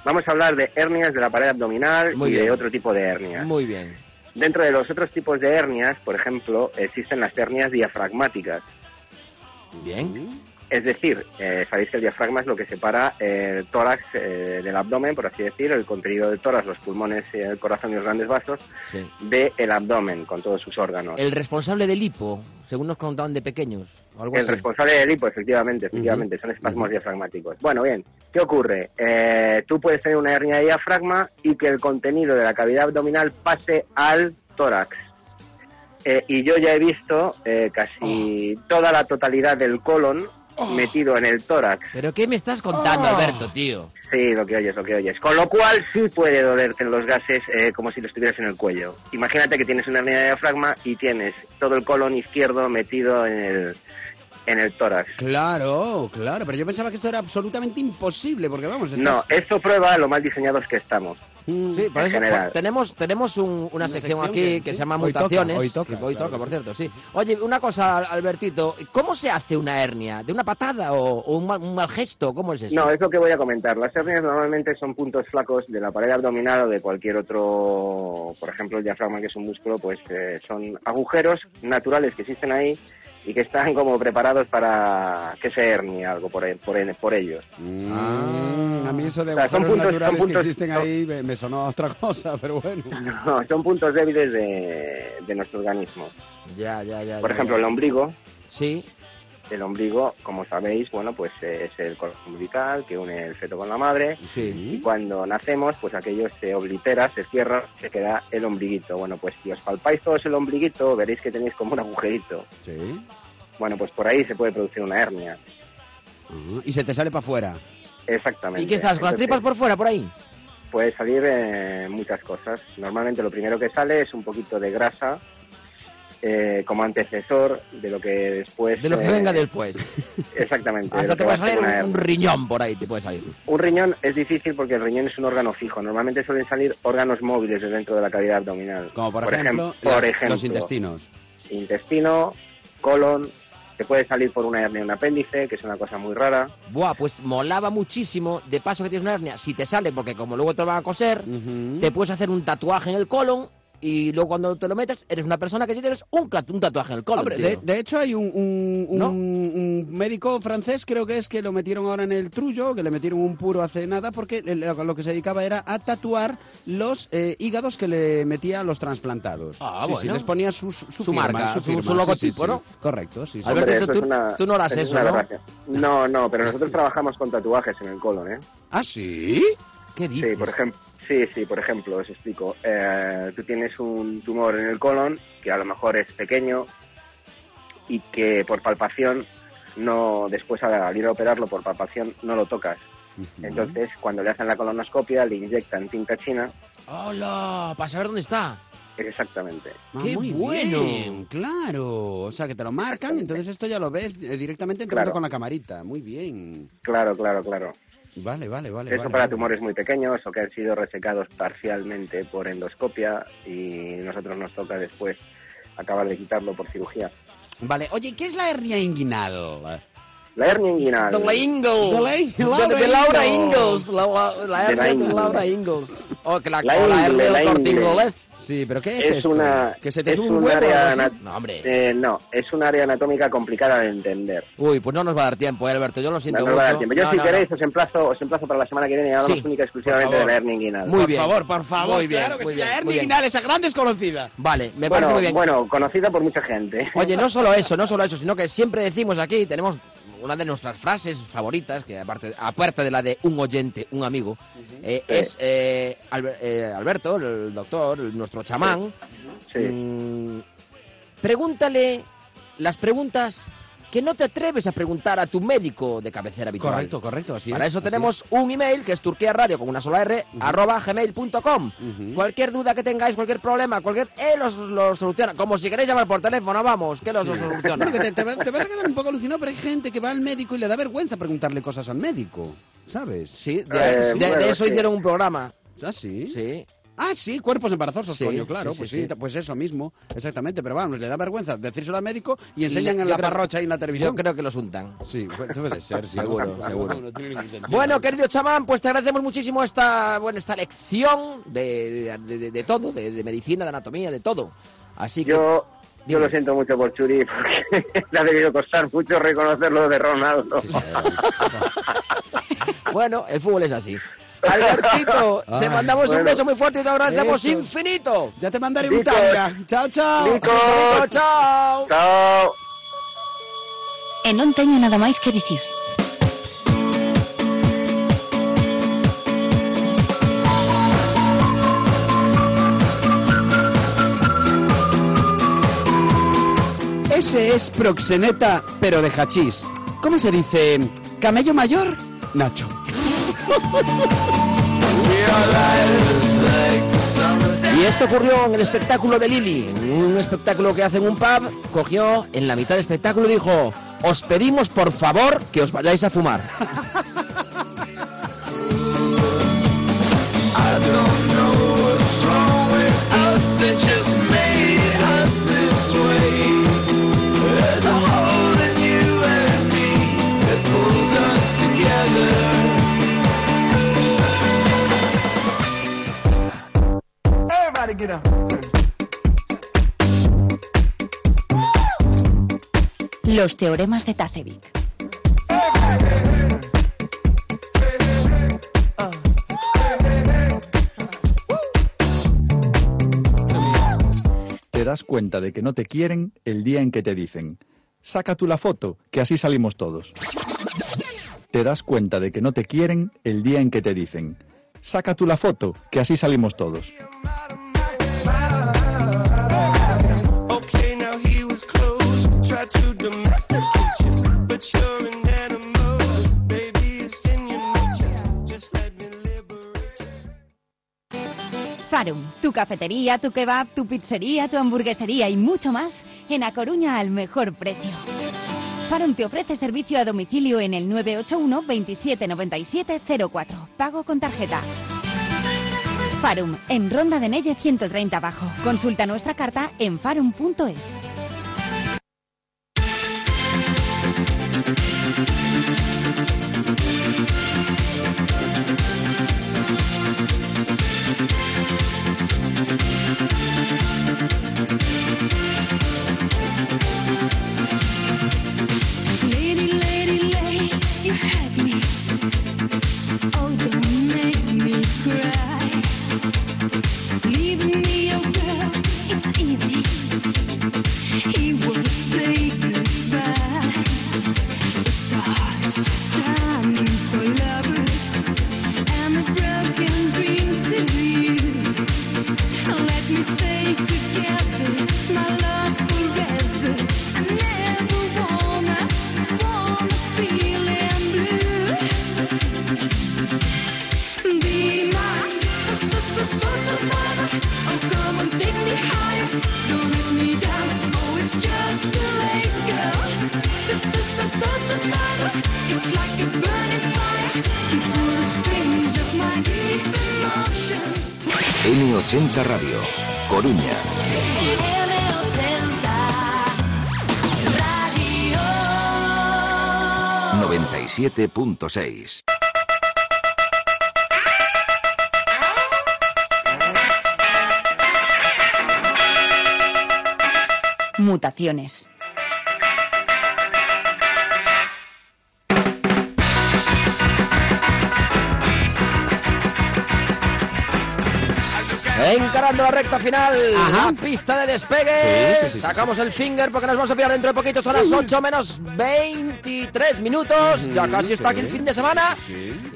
Speaker 9: Vamos a hablar de hernias de la pared abdominal
Speaker 3: Muy
Speaker 9: y de
Speaker 3: bien.
Speaker 9: otro tipo de hernias.
Speaker 3: Muy bien.
Speaker 9: Dentro de los otros tipos de hernias, por ejemplo, existen las hernias diafragmáticas.
Speaker 3: Bien.
Speaker 9: Es decir, eh, sabéis que el diafragma es lo que separa eh, el tórax eh, del abdomen, por así decir, el contenido del tórax, los pulmones, eh, el corazón y los grandes vasos,
Speaker 3: Sí.
Speaker 9: del abdomen con todos sus
Speaker 1: Eh,
Speaker 9: órganos.
Speaker 3: El responsable del hipo, según nos contaban de pequeños. o algo
Speaker 9: El
Speaker 3: así.
Speaker 9: responsable del hipo, efectivamente, efectivamente, son espasmos diafragmáticos. Bueno, bien, ¿qué ocurre? Eh, tú puedes tener una hernia de diafragma y que el contenido de la cavidad abdominal pase al tórax. Eh, y yo ya he visto eh, casi toda la totalidad del colon metido en el tórax.
Speaker 3: ¿Pero qué me estás contando,
Speaker 9: Oh.
Speaker 3: Alberto, tío?
Speaker 9: Sí, lo que oyes, lo que oyes. Con lo cual sí puede dolerte en los gases eh, como si los tuvieras en el cuello. Imagínate que tienes una hernia de diafragma y tienes todo el colon izquierdo metido en el, en el tórax.
Speaker 2: Claro, claro, pero yo pensaba que esto era absolutamente imposible, porque vamos, estás-
Speaker 9: No, esto prueba lo mal diseñados que estamos.
Speaker 3: Sí, por
Speaker 9: en
Speaker 3: eso
Speaker 9: general.
Speaker 3: pues, tenemos, tenemos un- una, sección,
Speaker 2: sección
Speaker 3: aquí
Speaker 2: que-
Speaker 3: que,
Speaker 2: sí.
Speaker 3: se llama
Speaker 2: Hoy toca,
Speaker 3: Mutaciones.
Speaker 2: hoy toca,
Speaker 3: que hoy
Speaker 2: claro
Speaker 3: toca, por
Speaker 2: que
Speaker 3: cierto, sí. Oye, una cosa, Albertito. ¿Cómo se hace una hernia? ¿De una patada o, o un, mal, un mal gesto? ¿Cómo es eso?
Speaker 9: No, es lo que voy a comentar. Las hernias normalmente son puntos flacos de la pared abdominal o de cualquier otro, por ejemplo, el diafragma, que es un músculo, pues eh, son agujeros naturales que existen ahí y que están como preparados para que se hernie algo por, por, por ellos.
Speaker 2: Mm, a mí eso de
Speaker 9: O sea, son
Speaker 2: agujeros
Speaker 9: puntos- son
Speaker 2: naturales
Speaker 9: puntos-
Speaker 2: que existen ahí me, me sonó a otra cosa, pero bueno.
Speaker 9: No, son puntos débiles de, de nuestro organismo.
Speaker 3: Ya, ya, ya.
Speaker 9: Por
Speaker 3: ya,
Speaker 9: ejemplo,
Speaker 3: ya.
Speaker 9: el ombligo,
Speaker 3: Sí.
Speaker 9: el ombligo, como sabéis, bueno, pues eh, es el cordón umbilical que une el feto con la madre. Y
Speaker 2: Sí.
Speaker 9: cuando nacemos, pues aquello se oblitera, se cierra, se queda el ombliguito. Bueno, pues si os palpáis todos el ombliguito, veréis que tenéis como un agujerito.
Speaker 2: Sí.
Speaker 9: Bueno, pues por ahí se puede producir una hernia.
Speaker 2: Ujú. Ah, Y se te sale para afuera.
Speaker 9: Exactamente.
Speaker 1: ¿Y qué estás? ¿Con las
Speaker 9: Entonces,
Speaker 1: tripas por fuera, por ahí?
Speaker 9: Puede salir eh, muchas cosas. Normalmente lo primero que sale es un poquito de grasa eh, como antecesor de lo que después...
Speaker 1: De lo que
Speaker 9: eh,
Speaker 1: venga después.
Speaker 9: Exactamente. de lo
Speaker 1: Hasta
Speaker 9: que
Speaker 1: te
Speaker 9: va
Speaker 1: puede
Speaker 9: a ser
Speaker 1: salir
Speaker 9: una
Speaker 1: un, un
Speaker 9: hernia.
Speaker 1: riñón por ahí, te puede salir.
Speaker 9: Un riñón es difícil porque el riñón es un órgano fijo. Normalmente suelen salir órganos móviles de dentro de la cavidad abdominal.
Speaker 2: Como por,
Speaker 9: ejem-
Speaker 2: ejemplo,
Speaker 9: por
Speaker 2: las-
Speaker 9: ejemplo,
Speaker 2: los intestinos.
Speaker 9: Intestino, colon. Te puede salir por una hernia en un apéndice, que es una cosa muy rara.
Speaker 1: Buah, pues molaba muchísimo. De paso que tienes una hernia, si te sale, porque como luego te lo van a coser,
Speaker 2: Ujú.
Speaker 1: te puedes hacer un tatuaje en el colon y luego cuando te lo metes, eres una persona que sí tienes un, cat- un tatuaje en el colon.
Speaker 2: Hombre,
Speaker 1: tío.
Speaker 2: de, de hecho hay un, un- un-
Speaker 1: ¿No?
Speaker 2: un médico francés, creo que es, que lo metieron ahora en el trullo, que le metieron un puro hace nada, porque le- le- lo que se dedicaba era a tatuar los eh, hígados que le metía a los trasplantados.
Speaker 1: Ah,
Speaker 2: sí, sí,
Speaker 1: bueno.
Speaker 2: les ponía su, su,
Speaker 1: Su marca, su-
Speaker 2: firma,
Speaker 1: su logotipo, ¿no?
Speaker 2: Correcto, sí, sí.
Speaker 1: Alberto,
Speaker 9: Hombre,
Speaker 1: tú-
Speaker 9: eso es
Speaker 1: tú-
Speaker 9: una-
Speaker 1: tú no harás
Speaker 9: es
Speaker 1: eso,
Speaker 9: una
Speaker 1: ¿no?
Speaker 9: aberración. No, no, pero nosotros trabajamos con tatuajes en el colon, ¿eh?
Speaker 2: ¿Ah, sí?
Speaker 1: ¿Qué dices?
Speaker 9: Sí, por ejemplo. Sí, sí, por ejemplo, os explico. Eh, tú tienes un tumor en el colon que a lo mejor es pequeño y que por palpación no después al ir a operarlo por palpación no lo tocas. Entonces, cuando le hacen la colonoscopia, le inyectan tinta china.
Speaker 1: ¡Hola! Para saber dónde está.
Speaker 9: Exactamente.
Speaker 2: Ah,
Speaker 1: ¡Qué
Speaker 2: muy
Speaker 1: bueno!
Speaker 2: bien, claro. O sea, que te lo marcan, entonces esto ya lo ves eh, directamente entrando
Speaker 9: Claro.
Speaker 2: con la camarita. Muy bien.
Speaker 9: Claro, claro, claro.
Speaker 2: Vale, vale, vale.
Speaker 9: Eso
Speaker 2: vale,
Speaker 9: para
Speaker 2: vale.
Speaker 9: tumores muy pequeños o que han sido resecados parcialmente por endoscopia y nosotros nos toca después acabar de quitarlo por cirugía.
Speaker 2: Vale, oye, ¿qué es la hernia inguinal?
Speaker 9: La hernia inguinal.
Speaker 1: De la Ingalls.
Speaker 2: De la-
Speaker 1: De-
Speaker 2: Laura
Speaker 1: de Laura Ingalls.
Speaker 2: Ingalls.
Speaker 1: La, la, la
Speaker 9: De la
Speaker 1: hernia de
Speaker 9: Ingalls.
Speaker 1: Laura Ingalls. O que la,
Speaker 9: La
Speaker 1: o la
Speaker 9: Ingle,
Speaker 1: hernia
Speaker 9: la
Speaker 1: del
Speaker 9: Ingle.
Speaker 1: tortingolés.
Speaker 2: Sí, pero ¿qué es,
Speaker 9: Es
Speaker 2: esto?
Speaker 9: una-
Speaker 2: que se te
Speaker 9: es
Speaker 2: sube
Speaker 9: un
Speaker 2: un huevo. o
Speaker 9: área
Speaker 2: algo así?
Speaker 9: nat-
Speaker 1: No, hombre.
Speaker 9: Eh, no, es un área anatómica complicada de entender.
Speaker 1: Uy, pues no nos va a dar tiempo, eh, Alberto. Yo lo siento
Speaker 9: No nos va a dar
Speaker 1: mucho.
Speaker 9: tiempo. Yo,
Speaker 1: No,
Speaker 9: si
Speaker 1: no, no.
Speaker 9: queréis, os emplazo, os emplazo para la semana que viene y hablamos
Speaker 1: Sí,
Speaker 9: única y exclusivamente
Speaker 2: por
Speaker 9: de
Speaker 2: favor.
Speaker 9: la hernia inguinal.
Speaker 1: Muy
Speaker 2: por
Speaker 1: bien.
Speaker 2: favor, por favor.
Speaker 1: Muy bien,
Speaker 2: claro que
Speaker 1: muy
Speaker 2: sí,
Speaker 1: bien,
Speaker 2: la
Speaker 1: muy
Speaker 2: hernia
Speaker 1: bien.
Speaker 2: inguinal, esa gran desconocida.
Speaker 1: Vale, me parece
Speaker 9: bueno,
Speaker 1: muy bien.
Speaker 9: bueno, conocida por mucha gente.
Speaker 1: Oye, no solo eso, no solo eso, sino que siempre decimos aquí, tenemos una de nuestras frases favoritas, que aparte, aparte de la de un oyente, un amigo, eh,
Speaker 9: Sí.
Speaker 1: es eh, Alber- eh, Alberto, el doctor, el- nuestro chamán.
Speaker 9: Sí.
Speaker 1: mm, pregúntale las preguntas que no te atreves a preguntar a tu médico de cabecera habitual.
Speaker 2: Correcto, correcto, así
Speaker 1: Para
Speaker 2: es,
Speaker 1: eso
Speaker 2: así
Speaker 1: tenemos un email que es turquiaradio con una sola r arroba gmail.com.
Speaker 2: Ujú.
Speaker 1: Cualquier duda que tengáis, cualquier problema, cualquier él os lo soluciona. Como si queréis llamar por teléfono, vamos, que los lo soluciona.
Speaker 2: Bueno, que te, te va- te vas a quedar un poco alucinado, pero hay gente que va al médico y le da vergüenza preguntarle cosas al médico, ¿sabes?
Speaker 1: Sí, de,
Speaker 9: Eh,
Speaker 1: de- de
Speaker 9: bueno,
Speaker 1: eso
Speaker 9: sí.
Speaker 1: hicieron un programa.
Speaker 2: ¿Ah, sí?
Speaker 1: Sí.
Speaker 2: Ah, sí, cuerpos embarazosos,
Speaker 1: Sí,
Speaker 2: coño, claro.
Speaker 1: sí, sí,
Speaker 2: pues
Speaker 1: sí.
Speaker 2: sí, pues eso mismo, exactamente. Pero vamos, le da vergüenza decírselo al médico y enseñan
Speaker 1: Y yo
Speaker 2: en la
Speaker 1: creo-
Speaker 2: parrocha y en la televisión.
Speaker 1: Yo pues, creo que los untan.
Speaker 2: Sí, bueno, debe de ser, sí,
Speaker 1: Seguro,
Speaker 2: no,
Speaker 1: seguro.
Speaker 2: no, no tiene ningún sentido.
Speaker 1: Bueno, querido chamán, pues te agradecemos muchísimo esta, bueno, esta lección de, de- de- de todo, de, de medicina, de anatomía, de todo. Así que...
Speaker 9: Yo, yo
Speaker 1: Dime.
Speaker 9: lo siento mucho por Churi porque le ha debido costar mucho reconocerlo de Ronaldo.
Speaker 1: Bueno, el fútbol es así. Albertito, te
Speaker 2: Ay,
Speaker 1: mandamos un
Speaker 9: bueno.
Speaker 1: beso muy fuerte y te agradecemos
Speaker 2: Eso.
Speaker 1: infinito.
Speaker 2: Ya te mandaré un
Speaker 9: Dico.
Speaker 2: tanga. Chao, chao.
Speaker 9: Dico.
Speaker 1: Infinito, chao.
Speaker 9: Chao.
Speaker 7: E non teño nada máis que dicir.
Speaker 2: Ese es proxeneta, pero de hachís. ¿Cómo se dice? ¿Camello mayor? Nacho.
Speaker 1: Y esto ocurrió en el espectáculo de Lili, en un espectáculo que hace en un pub, cogió en la mitad del espectáculo y dijo, os pedimos por favor que os vayáis a fumar.
Speaker 7: Los teoremas de Tacevic.
Speaker 5: Te das cuenta de que no te quieren el día en que te dicen,
Speaker 7: saca tú la foto, que así salimos todos. Te das cuenta de que no te quieren el día en que te dicen, saca tú la foto, que así salimos todos.
Speaker 4: Okay, now he was close. Try to domesticate you, but you're an animal. Baby, it's in your nature. Just let me liberate you.
Speaker 5: Zarum, tu cafetería, tu kebab, tu pizzería, tu hamburguesería y mucho más en A Coruña al mejor precio. Zarum te ofrece servicio a domicilio en el 981 27 97 04. Pago con tarjeta. Farum, en Ronda de Nelle 130 Bajo. Consulta nuestra carta en farum.es.
Speaker 4: Lady, lady, lady, you had me. Oh, don't make me cry. Leaving me, oh girl, it's easy. He will say goodbye. It's a hard time for lovers and a broken dream to you. Let me stay together, my love forever. I never wanna. Oh, Oh, It's like a burning fire. You pull the strings of my deep emotions.
Speaker 8: M80 Radio, Coruña.
Speaker 4: M80 Radio.
Speaker 8: 97.6.
Speaker 5: Mutaciones.
Speaker 3: Encarando la recta final, la pista de despegue.
Speaker 4: Sí, sí, sí, sí,
Speaker 3: Sacamos el finger porque nos vamos a pillar dentro de poquitos a las 8 menos 23 minutos. ya casi está aquí el fin de semana.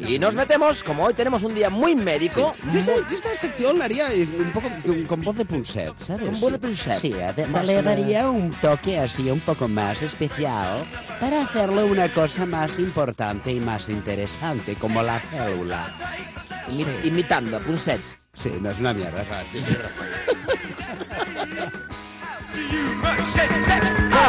Speaker 3: Y nos metemos, como hoy tenemos un día muy médico.
Speaker 2: Yo esta, yo esta sección la haría eh, un poco con, con voz de Punset, ¿sabes?
Speaker 3: Con voz de Punset.
Speaker 2: Sí, a- de-
Speaker 3: Más,
Speaker 2: le
Speaker 3: eh,
Speaker 2: daría un toque así un poco más especial para hacerlo una cosa más importante y más interesante, como la célula.
Speaker 3: imi- Imitando a Punset.
Speaker 2: Sí, no es una mierda. claro, sí, sí.
Speaker 3: Bueno,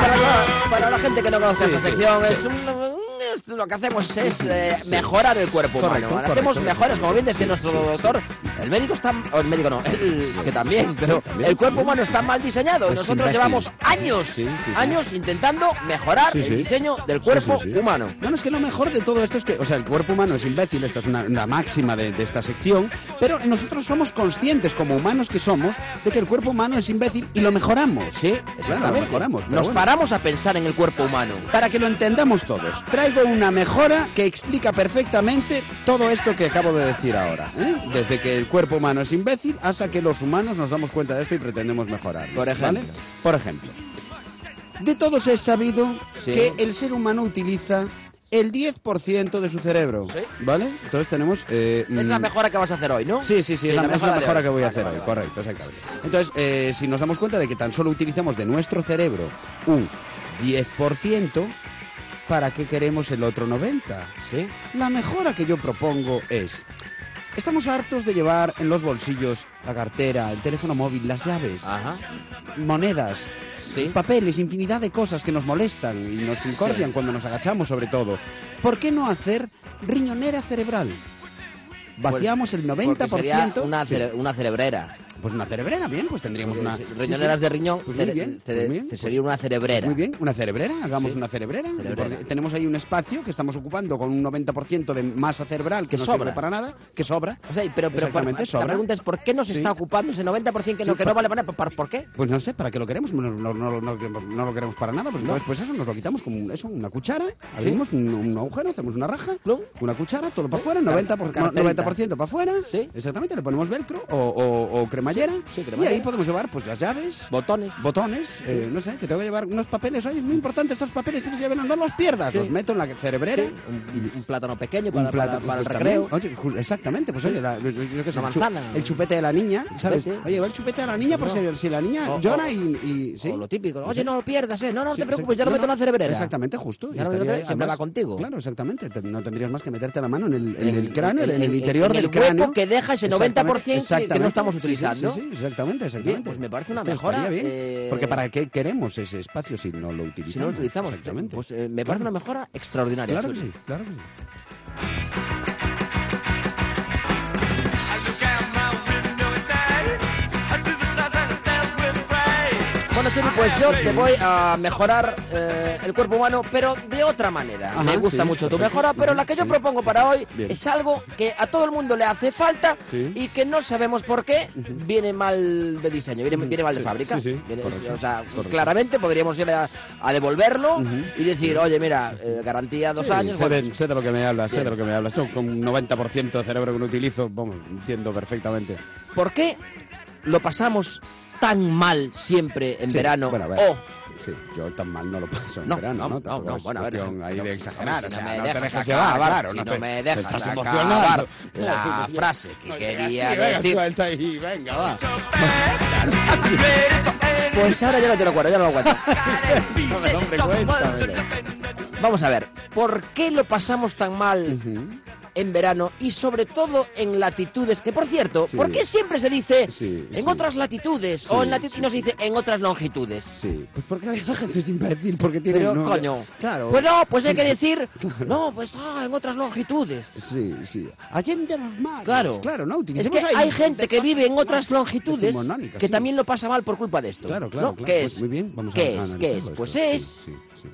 Speaker 3: para, la- para la gente que no conoce
Speaker 2: Sí,
Speaker 3: esta
Speaker 2: sí,
Speaker 3: sección,
Speaker 2: sí.
Speaker 3: es un- un- es- Lo que hacemos es eh, mejorar el cuerpo
Speaker 2: Correcto,
Speaker 3: humano.
Speaker 2: correcto,
Speaker 3: Hacemos
Speaker 2: correcto.
Speaker 3: mejoras, como bien decía
Speaker 2: Sí,
Speaker 3: nuestro
Speaker 2: sí,
Speaker 3: doctor. El médico está. o el médico no, el- que también, pero
Speaker 2: también,
Speaker 3: el cuerpo
Speaker 2: también.
Speaker 3: humano está mal diseñado.
Speaker 2: Es
Speaker 3: Nosotros
Speaker 2: imbécil.
Speaker 3: llevamos años,
Speaker 2: Sí, sí, sí.
Speaker 3: años intentando mejorar
Speaker 2: Sí, sí.
Speaker 3: el diseño del cuerpo
Speaker 2: Sí, sí, sí.
Speaker 3: humano.
Speaker 2: Bueno, es que lo mejor de todo esto es que, o sea, el cuerpo humano es imbécil, esta es una, una máxima de, de esta sección, pero nosotros somos conscientes, como humanos que somos, de que el cuerpo humano es imbécil y lo mejoramos.
Speaker 3: Sí,
Speaker 2: claro,
Speaker 3: exactamente.
Speaker 2: lo mejoramos. pero
Speaker 3: Nos
Speaker 2: bueno.
Speaker 3: paramos a pensar en el cuerpo humano.
Speaker 2: Para que lo entendamos todos, traigo una mejora que explica perfectamente todo esto que acabo de decir ahora. ¿eh? Desde que el cuerpo humano es imbécil hasta que los humanos nos damos cuenta de esto y pretendemos mejorar.
Speaker 3: Por ejemplo.
Speaker 2: Por ejemplo. De todos es sabido
Speaker 3: Sí.
Speaker 2: que el ser humano utiliza el 10% de su cerebro.
Speaker 3: Sí.
Speaker 2: ¿Vale? Entonces tenemos... eh,
Speaker 3: Es la
Speaker 2: mm,
Speaker 3: mejora que vas a hacer hoy, ¿no?
Speaker 2: Sí, sí, sí, es la, es la
Speaker 3: de
Speaker 2: mejora
Speaker 3: hoy.
Speaker 2: que voy a
Speaker 3: Vale,
Speaker 2: hacer
Speaker 3: vale,
Speaker 2: hoy,
Speaker 3: vale.
Speaker 2: correcto, exactamente. Entonces, eh, si nos damos cuenta de que tan solo utilizamos de nuestro cerebro un 10%, ¿para qué queremos el otro 90%?
Speaker 3: Sí.
Speaker 2: La mejora que yo propongo es... Estamos hartos de llevar en los bolsillos la cartera, el teléfono móvil, las llaves,
Speaker 3: Ajá.
Speaker 2: monedas,
Speaker 3: Ah. Sí.
Speaker 2: papeles, infinidad de cosas que nos molestan y nos incordian
Speaker 3: Sí.
Speaker 2: cuando nos agachamos sobre todo. ¿Por qué no hacer riñonera cerebral? Vaciamos el 90%.
Speaker 3: Pues Porque sería una,
Speaker 2: Sí.
Speaker 3: cere- una cerebrera.
Speaker 2: Pues una cerebrera, bien, pues tendríamos una...
Speaker 3: Sí, riñoneras de riñón
Speaker 2: Pues
Speaker 3: cere-
Speaker 2: muy bien,
Speaker 3: cere-
Speaker 2: pues muy bien,
Speaker 3: cere-
Speaker 2: pues-
Speaker 3: Este sería una cerebrera.
Speaker 2: Muy bien, una cerebrera, hagamos
Speaker 3: Sí.
Speaker 2: una cerebrera.
Speaker 3: Cerebrera.
Speaker 2: porque Tenemos ahí un espacio que estamos ocupando con un 90% de masa cerebral que
Speaker 3: Que
Speaker 2: no
Speaker 3: sobra.
Speaker 2: sirve para nada, que sobra.
Speaker 3: O sea, pero, pero
Speaker 2: Exactamente,
Speaker 3: por- la
Speaker 2: sobra.
Speaker 3: pregunta es ¿por qué no se
Speaker 2: Sí.
Speaker 3: está ocupando ese 90% que, no,
Speaker 2: Sí,
Speaker 3: que no
Speaker 2: por-
Speaker 3: vale para nada? ¿Por, por qué?
Speaker 2: Pues no sé, ¿para qué lo queremos? No, no- no- no lo queremos- no lo queremos para nada, pues entonces pues eso, nos lo quitamos con un- eso, una cuchara, abrimos un, un agujero, hacemos una raja,
Speaker 3: Plum.
Speaker 2: una cuchara, todo para
Speaker 3: Sí.
Speaker 2: afuera,
Speaker 3: ¿Eh? Car-
Speaker 2: 90%, por- no,
Speaker 3: carterita.
Speaker 2: 90 para afuera,
Speaker 3: Sí.
Speaker 2: exactamente, le ponemos velcro o, o- o cremallera.
Speaker 3: Sí,
Speaker 2: y
Speaker 3: cremallera.
Speaker 2: ahí podemos llevar pues las llaves.
Speaker 3: Botones.
Speaker 2: Botones. eh, no sé, que tengo que llevar unos papeles. Oye, es muy importante estos papeles, tienes que llevarlos, no los pierdas.
Speaker 3: Sí.
Speaker 2: Los meto en la cerebrera.
Speaker 3: Sí, un, un plátano pequeño
Speaker 2: Un
Speaker 3: para, para-
Speaker 2: plátano,
Speaker 3: para el
Speaker 2: pues,
Speaker 3: recreo.
Speaker 2: también. Oye, ju- exactamente, pues oye, la, yo- yo qué sé,
Speaker 3: Una
Speaker 2: el chu-
Speaker 3: manzana.
Speaker 2: El, chupete de la niña, ¿sabes?
Speaker 3: Chupete.
Speaker 2: Oye, va el chupete de la niña por
Speaker 3: No.
Speaker 2: si, si la niña
Speaker 3: O-
Speaker 2: llora
Speaker 3: o-
Speaker 2: y, y- ¿sí?
Speaker 3: O lo típico.
Speaker 2: No
Speaker 3: Oye,
Speaker 2: sé.
Speaker 3: no lo pierdas, ¿eh? No, no, no
Speaker 2: Sí,
Speaker 3: te preocupes,
Speaker 2: sí.
Speaker 3: ya lo
Speaker 2: No,
Speaker 3: meto en
Speaker 2: no,
Speaker 3: la cerebrera.
Speaker 2: Exactamente, justo. Y
Speaker 3: Ya lo meto en la
Speaker 2: estaría ahí,
Speaker 3: cerebrera, siempre
Speaker 2: además,
Speaker 3: va contigo.
Speaker 2: Claro, exactamente. te- no tendrías más que meterte la mano en el, en
Speaker 3: En
Speaker 2: el
Speaker 3: el-
Speaker 2: cráneo,
Speaker 3: el-
Speaker 2: en el
Speaker 3: el-
Speaker 2: interior
Speaker 3: en el
Speaker 2: del cráneo.
Speaker 3: hueco que deja ese 90% que- que no
Speaker 2: Exactamente,
Speaker 3: estamos
Speaker 2: sí, sí,
Speaker 3: utilizando.
Speaker 2: Sí, sí, exactamente, exactamente.
Speaker 3: Bien, pues me parece una
Speaker 2: Esto
Speaker 3: mejora,
Speaker 2: estaría bien,
Speaker 3: eh,
Speaker 2: Porque ¿para qué queremos ese espacio si no lo utilizamos?
Speaker 3: Si no lo utilizamos,
Speaker 2: Exactamente.
Speaker 3: pues eh, me parece una mejora extraordinaria.
Speaker 2: Claro que
Speaker 3: Churi.
Speaker 2: sí, claro que sí.
Speaker 3: Bueno, Churi, pues yo te voy a mejorar eh, el cuerpo humano, pero de otra manera.
Speaker 2: Ajá,
Speaker 3: me gusta
Speaker 2: sí,
Speaker 3: mucho tu
Speaker 2: perfecto.
Speaker 3: mejora, pero la que yo
Speaker 2: Sí.
Speaker 3: propongo para hoy
Speaker 2: Bien.
Speaker 3: es algo que a todo el mundo le hace falta
Speaker 2: Sí.
Speaker 3: y que no sabemos por qué viene mal de diseño, viene, viene mal de
Speaker 2: Sí,
Speaker 3: fábrica.
Speaker 2: sí, sí,
Speaker 3: Viene-
Speaker 2: correcto,
Speaker 3: o sea,
Speaker 2: correcto.
Speaker 3: claramente podríamos ir a, a devolverlo y decir, oye, mira, eh, garantía dos
Speaker 2: Sí,
Speaker 3: años.
Speaker 2: Sé
Speaker 3: bueno,
Speaker 2: de, sé de lo que me hablas, sé
Speaker 3: Bien.
Speaker 2: de lo que me hablas. Yo con un 90% de cerebro que no utilizo, vamos, entiendo perfectamente.
Speaker 3: ¿Por qué lo pasamos tan mal siempre en
Speaker 2: Sí,
Speaker 3: verano?
Speaker 2: bueno, a ver.
Speaker 3: o
Speaker 2: Sí, yo tan mal no lo paso en
Speaker 3: No,
Speaker 2: verano,
Speaker 3: no,
Speaker 2: ¿no?
Speaker 3: no,
Speaker 2: Tampoco
Speaker 3: no,
Speaker 2: es
Speaker 3: bueno, a ver,
Speaker 2: cuestión
Speaker 3: no,
Speaker 2: ahí
Speaker 3: no,
Speaker 2: de
Speaker 3: si
Speaker 2: exagerar,
Speaker 3: no
Speaker 2: o sea,
Speaker 3: me
Speaker 2: no te
Speaker 3: dejas
Speaker 2: dejas
Speaker 3: acabar,
Speaker 2: llevar, claro,
Speaker 3: si
Speaker 2: no,
Speaker 3: no
Speaker 2: te,
Speaker 3: me
Speaker 2: te
Speaker 3: dejas
Speaker 2: estás
Speaker 3: acabar
Speaker 2: emocionando.
Speaker 3: la frase que
Speaker 2: No
Speaker 3: quería
Speaker 2: llegas tú, venga,
Speaker 3: decir.
Speaker 2: Suelta ahí, venga, va.
Speaker 3: Pues ahora ya no te lo acuerdo, ya no lo aguanto.
Speaker 2: Dame, hombre, cuéntamelo.
Speaker 3: Vamos a ver, ¿por qué lo pasamos tan mal en verano y sobre todo en latitudes? Que por cierto,
Speaker 2: Sí.
Speaker 3: ¿por qué siempre se dice
Speaker 2: Sí, sí.
Speaker 3: en otras latitudes o en
Speaker 2: Sí,
Speaker 3: latitudes
Speaker 2: sí,
Speaker 3: no se dice en otras longitudes?
Speaker 2: Sí, pues porque la gente es imbécil, porque tiene...
Speaker 3: Pero
Speaker 2: no,
Speaker 3: coño,
Speaker 2: Claro.
Speaker 3: Pues no, pues hay que decir, no, pues ah, en otras longitudes.
Speaker 2: Sí, sí. Allende los mares.
Speaker 3: Claro.
Speaker 2: Claro, ¿no?
Speaker 3: Es
Speaker 2: Utilicemos
Speaker 3: que
Speaker 2: ahí-
Speaker 3: hay gente que vive en otras longitudes
Speaker 2: decimonónica,
Speaker 3: que
Speaker 2: sí.
Speaker 3: también lo pasa mal por culpa de esto.
Speaker 2: Claro, claro,
Speaker 3: ¿no?
Speaker 2: claro.
Speaker 3: ¿Qué
Speaker 2: Pues
Speaker 3: es?
Speaker 2: Muy bien, vamos a
Speaker 3: ¿Qué
Speaker 2: a
Speaker 3: es?
Speaker 2: analizarlo
Speaker 3: ¿Qué es?
Speaker 2: esto.
Speaker 3: Pues
Speaker 2: Sí,
Speaker 3: es
Speaker 2: sí, sí.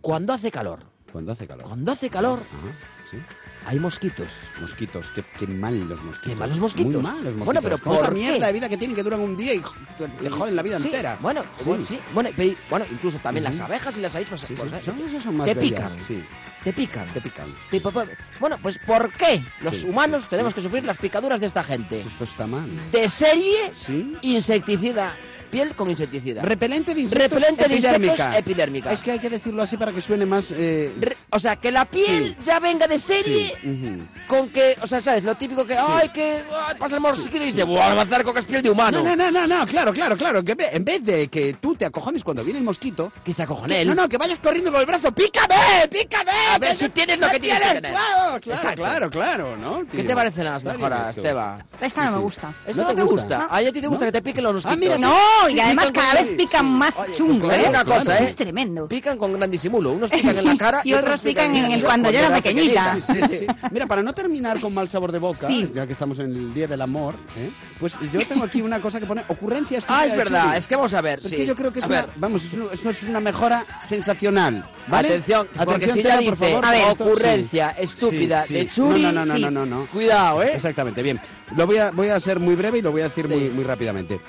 Speaker 3: cuando hace calor.
Speaker 2: Cuando hace calor.
Speaker 3: Cuando hace calor
Speaker 2: Ajá, sí.
Speaker 3: hay mosquitos.
Speaker 2: Mosquitos, qué, qué mal los mosquitos.
Speaker 3: Qué mal los mosquitos.
Speaker 2: Muy mal los mosquitos.
Speaker 3: Bueno, pero
Speaker 2: Con
Speaker 3: ¿por
Speaker 2: esa
Speaker 3: qué?
Speaker 2: mierda de vida que tienen que duran un día y jo- te joden la vida
Speaker 3: Sí,
Speaker 2: entera.
Speaker 3: Bueno,
Speaker 2: Sí.
Speaker 3: bueno, sí. Bueno, y- bueno, incluso también las
Speaker 2: Ujú.
Speaker 3: abejas y las avispas.
Speaker 2: Sí, sí,
Speaker 3: pues, eh,
Speaker 2: son- esos son más
Speaker 3: te
Speaker 2: bellas,
Speaker 3: pican.
Speaker 2: Sí,
Speaker 3: Te pican.
Speaker 2: te pican.
Speaker 3: Te papá- Bueno, pues ¿por qué los
Speaker 2: Sí,
Speaker 3: humanos
Speaker 2: sí,
Speaker 3: tenemos
Speaker 2: sí.
Speaker 3: que sufrir las picaduras de esta gente?
Speaker 2: Esto está mal.
Speaker 3: De serie,
Speaker 2: Sí.
Speaker 3: insecticida. Piel con insecticida.
Speaker 2: Repelente de insectos
Speaker 3: Repelente de
Speaker 2: epidérmica.
Speaker 3: insectos epidérmica.
Speaker 2: Es que hay que decirlo así para que suene más... Eh...
Speaker 3: Re- o sea, que la piel ya venga de serie
Speaker 2: sí, ujú.
Speaker 3: Con que, o sea, ¿sabes? Lo típico que, ay, que ay, pasa el mosquito y dice, ¡buah, va a hacer con que es piel de humano!
Speaker 2: No, no, no, no, no, claro, claro, claro. Que ve- en vez de que tú te acojones cuando viene el mosquito.
Speaker 3: Que se acojone
Speaker 2: que-
Speaker 3: él.
Speaker 2: No, no, que vayas corriendo con el brazo. ¡Pícame! ¡Pícame!
Speaker 3: A ver
Speaker 2: que
Speaker 3: si
Speaker 2: yo-
Speaker 3: tienes lo
Speaker 2: ya
Speaker 3: que tienes que tener.
Speaker 2: Claro, claro,
Speaker 3: Exacto.
Speaker 2: claro, claro, ¿no?
Speaker 3: ¿Qué
Speaker 2: tío?
Speaker 3: te parecen las
Speaker 2: Está bien
Speaker 3: mejoras,
Speaker 2: esto.
Speaker 3: Teba?
Speaker 5: Esta no me gusta.
Speaker 3: ¿Eso
Speaker 2: ¿No
Speaker 3: no,
Speaker 2: te
Speaker 3: te gusta?
Speaker 2: gusta?
Speaker 3: Ay, a ti te gusta
Speaker 2: No.
Speaker 3: que te piquen los mosquitos.
Speaker 2: Ah, mira,
Speaker 5: No, y
Speaker 2: Sí,
Speaker 5: además
Speaker 2: pican
Speaker 5: cada
Speaker 2: con-
Speaker 5: vez pican más
Speaker 3: Oye, pues
Speaker 5: chungo,
Speaker 3: claro,
Speaker 5: ¿eh?
Speaker 3: una
Speaker 2: claro.
Speaker 3: cosa,
Speaker 5: Es
Speaker 3: ¿eh?
Speaker 5: tremendo.
Speaker 3: Pican con gran disimulo. Unos pican en la cara
Speaker 5: Y otros pican en el cuando yo
Speaker 3: yo
Speaker 5: era
Speaker 2: Sí,
Speaker 5: pequeñita.
Speaker 2: sí, sí. Mira, para no terminar con mal sabor de boca,
Speaker 5: Sí.
Speaker 2: ya que estamos en el Día del Amor, ¿eh? pues yo tengo aquí una cosa que pone ocurrencias.
Speaker 3: Ah, es verdad, es que vamos a ver.
Speaker 2: Es
Speaker 3: sí.
Speaker 2: que yo creo que es
Speaker 3: a
Speaker 2: una,
Speaker 3: ver,
Speaker 2: vamos, es una, es una- es una mejora sensacional. ¿vale?
Speaker 3: Atención, porque si ya
Speaker 2: Tela,
Speaker 3: dice
Speaker 2: por favor,
Speaker 3: a ver,
Speaker 2: esto-
Speaker 3: ocurrencia estúpida de Churi,
Speaker 2: No, no, no,
Speaker 5: sí.
Speaker 2: no, no, no.
Speaker 3: cuidado, ¿eh?
Speaker 2: Exactamente, bien. Lo voy a, voy a ser muy breve y lo voy a decir
Speaker 3: Sí.
Speaker 2: muy, muy rápidamente.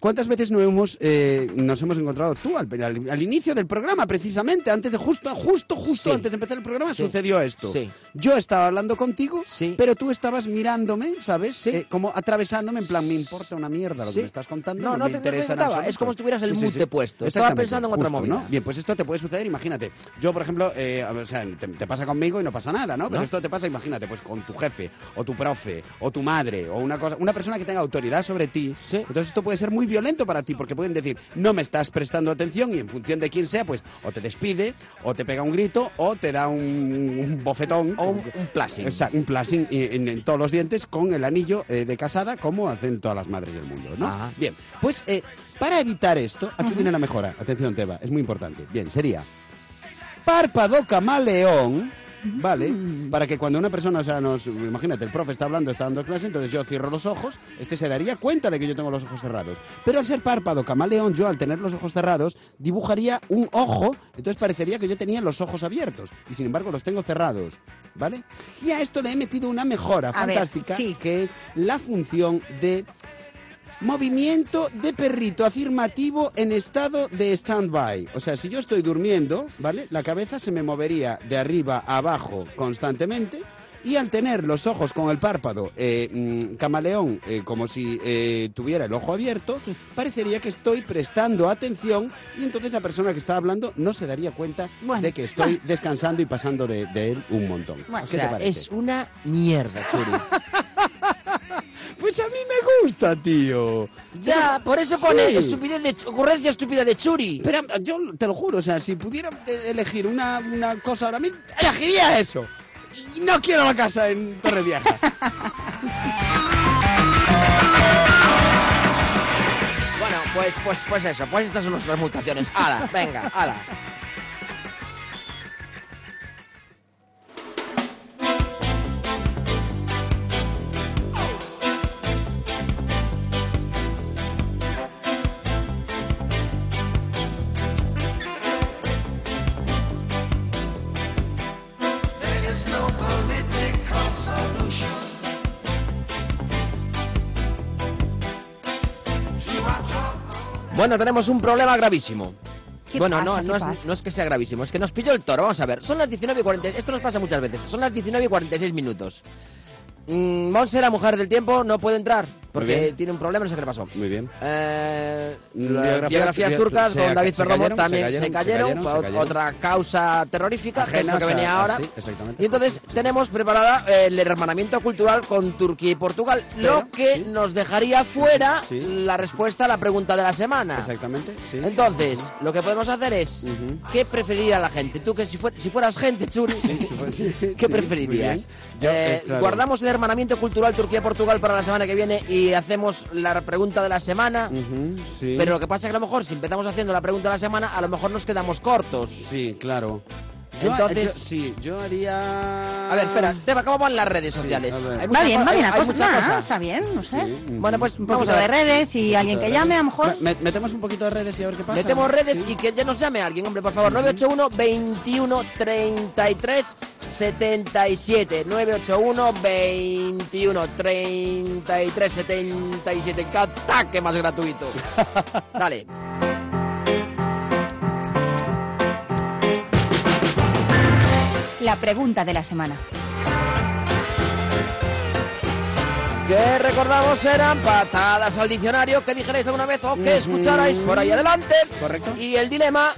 Speaker 2: ¿Cuántas veces no hemos, eh, nos hemos encontrado tú al, al- al inicio del programa, precisamente, antes de justo, justo, justo,
Speaker 3: Sí.
Speaker 2: antes de empezar el programa,
Speaker 3: Sí.
Speaker 2: sucedió esto?
Speaker 3: Sí.
Speaker 2: Yo estaba hablando contigo,
Speaker 3: Sí.
Speaker 2: pero tú estabas mirándome, ¿sabes?
Speaker 3: Sí.
Speaker 2: Eh, como atravesándome, en plan, me importa una mierda lo que me estás contando,
Speaker 3: No,
Speaker 2: no,
Speaker 3: no
Speaker 2: me
Speaker 3: te- no te
Speaker 2: interesa en
Speaker 3: importaba,
Speaker 2: absoluto.
Speaker 3: es como si tuvieras el mute puesto, estabas
Speaker 2: Exactamente,
Speaker 3: pensando en otra
Speaker 2: justo,
Speaker 3: movida.
Speaker 2: ¿no? Bien, pues esto te puede suceder, imagínate. Yo, por ejemplo, eh, o sea, te, te pasa conmigo y no pasa nada, ¿no? Pero
Speaker 3: ¿No?
Speaker 2: esto te pasa, imagínate, pues con tu jefe, o tu profe, o tu madre, o una cosa, una persona que tenga autoridad sobre ti.
Speaker 3: Sí.
Speaker 2: Entonces esto puede ser muy violento para ti, porque pueden decir, no me estás prestando atención, y en función de quién sea, pues o te despide, o te pega un grito, o te da un, un bofetón.
Speaker 3: O un- un plasing.
Speaker 2: Exacto, un plasing eh, en, en todos los dientes con el anillo eh, de casada, como hacen todas las madres del mundo, ¿no?
Speaker 3: Ajá.
Speaker 2: Bien, pues eh, para evitar esto, aquí viene la mejora. Atención, Teba, es muy importante. Bien, sería párpado camaleón, ¿vale?
Speaker 5: Mm.
Speaker 2: Para que cuando una persona, o sea, nos, imagínate, el profe está hablando, está dando clase, entonces yo cierro los ojos, este se daría cuenta de que yo tengo los ojos cerrados. Pero al ser párpado camaleón, yo al tener los ojos cerrados, dibujaría un ojo, entonces parecería que yo tenía los ojos abiertos, y sin embargo los tengo cerrados, ¿vale? Y a esto le he metido una mejora
Speaker 5: A ver,
Speaker 2: fantástica,
Speaker 5: sí.
Speaker 2: que es la función de... Movimiento de perrito afirmativo en estado de stand-by. O sea, si yo estoy durmiendo, ¿vale? La cabeza se me movería de arriba a abajo constantemente y al tener los ojos con el párpado eh, mm, camaleón, eh, como si eh, tuviera el ojo abierto, parecería que estoy prestando atención y entonces la persona que está hablando no se daría cuenta de que estoy descansando y pasando de, de él un montón.
Speaker 3: Bueno, o
Speaker 2: ¿Qué te
Speaker 3: sea,
Speaker 2: parece?
Speaker 3: es una mierda, Churi.
Speaker 2: Pues a mí me gusta, tío.
Speaker 3: ya, por eso pone estupidez de, ocurrencia estúpida de Churi.
Speaker 2: Pero yo te lo juro, o sea, si pudiera eh, elegir una, una cosa ahora mismo, elegiría eso. Y no quiero la casa en Torrevieja.
Speaker 3: Bueno, pues, pues, pues eso, pues estas son nuestras mutaciones. Ala, venga, ala.
Speaker 7: There is no political solution to our trouble.
Speaker 3: Bueno, tenemos un problema gravísimo.
Speaker 5: ¿Qué
Speaker 3: Bueno,
Speaker 5: pasa?
Speaker 3: no,
Speaker 5: ¿Qué
Speaker 3: no es,
Speaker 5: pasa?
Speaker 3: no es que sea gravísimo, es que nos pilló el toro. Vamos a ver, son las 19 y 40 Esto nos pasa muchas veces. Son las 19 y 46 minutos. Mm, Monse, la mujer del tiempo, no puede entrar porque
Speaker 2: bien.
Speaker 3: tiene un problema, no sé qué le pasó.
Speaker 2: Muy bien.
Speaker 3: Eh,
Speaker 2: Biografías-
Speaker 3: biografías, turcas
Speaker 2: se-
Speaker 3: con
Speaker 2: se
Speaker 3: David Perdomo
Speaker 2: cayeron, se
Speaker 3: también
Speaker 2: cayeron,
Speaker 3: se
Speaker 2: se
Speaker 3: cayeron,
Speaker 2: cayeron,
Speaker 3: fue
Speaker 2: se cayeron.
Speaker 3: otra causa terrorífica, que es lo que
Speaker 2: Ajenas a-
Speaker 3: venía
Speaker 2: a-
Speaker 3: ahora.
Speaker 2: sí, exactamente.
Speaker 3: y entonces tenemos preparada eh, el hermanamiento cultural con Turquía y Portugal,
Speaker 2: Pero,
Speaker 3: lo que
Speaker 2: sí.
Speaker 3: nos dejaría fuera
Speaker 2: Sí.
Speaker 3: la respuesta a la pregunta de la semana.
Speaker 2: Exactamente, sí.
Speaker 3: Entonces, lo que podemos hacer es, ¿qué preferiría la gente? Tú que si, fuer- si fueras gente, Churi, ¿qué
Speaker 2: Pues sí, muy
Speaker 3: preferirías?
Speaker 2: bien. Yo,
Speaker 3: Eh,
Speaker 2: eh, claro.
Speaker 3: Guardamos el hermanamiento cultural Turquía-Portugal para la semana que viene y hacemos la pregunta de la semana.
Speaker 2: Ujú, sí.
Speaker 3: Pero lo que pasa es que a lo mejor si empezamos haciendo la pregunta de la semana, a lo mejor nos quedamos cortos.
Speaker 2: Sí, claro. Yo-
Speaker 3: Entonces-
Speaker 2: yo- sí, yo haría...
Speaker 3: A ver, espera, Teba, ¿cómo van las redes sociales?
Speaker 2: a ver.
Speaker 3: Hay
Speaker 5: Va
Speaker 3: mucha
Speaker 5: bien,
Speaker 3: co-
Speaker 5: va bien
Speaker 3: hay-
Speaker 5: la
Speaker 3: hay
Speaker 5: cosa.
Speaker 3: mucha
Speaker 5: nada,
Speaker 3: cosa.
Speaker 5: Está bien, no sé.
Speaker 3: Bueno, pues
Speaker 5: Un
Speaker 3: vamos
Speaker 5: poquito
Speaker 3: a
Speaker 5: de
Speaker 3: ver.
Speaker 5: redes y alguien que llame, a lo mejor.
Speaker 2: Me- metemos un poquito de redes y a ver qué pasa.
Speaker 3: Metemos redes y que ya nos llame alguien, hombre, por favor. 981 21 33 77. 981 21 33 77. ¡Qué ataque más gratuito! Dale.
Speaker 5: La pregunta de la semana.
Speaker 3: Que recordamos eran patadas al diccionario que dijerais alguna vez o que escucharais por ahí adelante.
Speaker 2: Correcto.
Speaker 3: Y el dilema.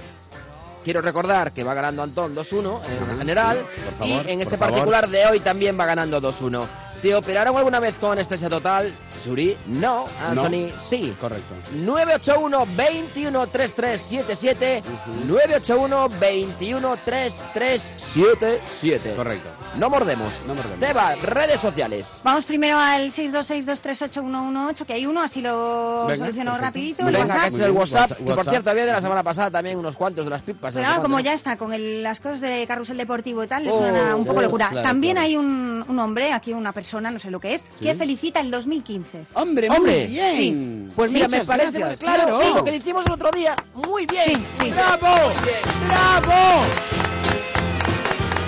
Speaker 3: Quiero recordar que va ganando Antón 2-1 en general
Speaker 2: por favor,
Speaker 3: y en este
Speaker 2: por favor.
Speaker 3: particular de hoy también va ganando 2-1. ¿Te operaron alguna vez con anestesia total? Suri, no. Anthony, sí.
Speaker 2: Correcto.
Speaker 3: 981 21 3377 981 21 3377
Speaker 2: Correcto.
Speaker 3: No mordemos.
Speaker 2: No mordemos.
Speaker 3: Esteban, redes sociales.
Speaker 5: Vamos primero al 626238118, que hay uno, así lo
Speaker 2: Venga,
Speaker 5: soluciono
Speaker 2: perfecto.
Speaker 5: rapidito.
Speaker 2: Muy
Speaker 5: el
Speaker 2: bien.
Speaker 3: Venga, que
Speaker 5: WhatsApp.
Speaker 2: Muy
Speaker 3: es el
Speaker 2: bien,
Speaker 3: WhatsApp,
Speaker 2: WhatsApp,
Speaker 3: que por
Speaker 2: WhatsApp.
Speaker 3: cierto había de la semana pasada también unos cuantos de las pipas.
Speaker 5: Pero
Speaker 3: no sé
Speaker 5: ahora, como
Speaker 3: cuántos.
Speaker 5: ya está con el- las cosas de carrusel deportivo y tal, le
Speaker 3: Oh,
Speaker 5: suena un poco
Speaker 3: oh,
Speaker 5: locura.
Speaker 2: claro,
Speaker 5: También
Speaker 2: claro.
Speaker 5: hay un, un hombre, aquí una persona, no sé lo que es, que felicita el 2015.
Speaker 2: ¡Hombre,
Speaker 3: Hombre,
Speaker 2: muy bien!
Speaker 3: Pues mira, me
Speaker 2: Muchas
Speaker 3: parece
Speaker 2: gracias,
Speaker 3: muy claro, sí, lo que decimos el otro día. Muy bien.
Speaker 5: Sí, sí.
Speaker 3: ¡Bravo!
Speaker 2: ¡Bravo!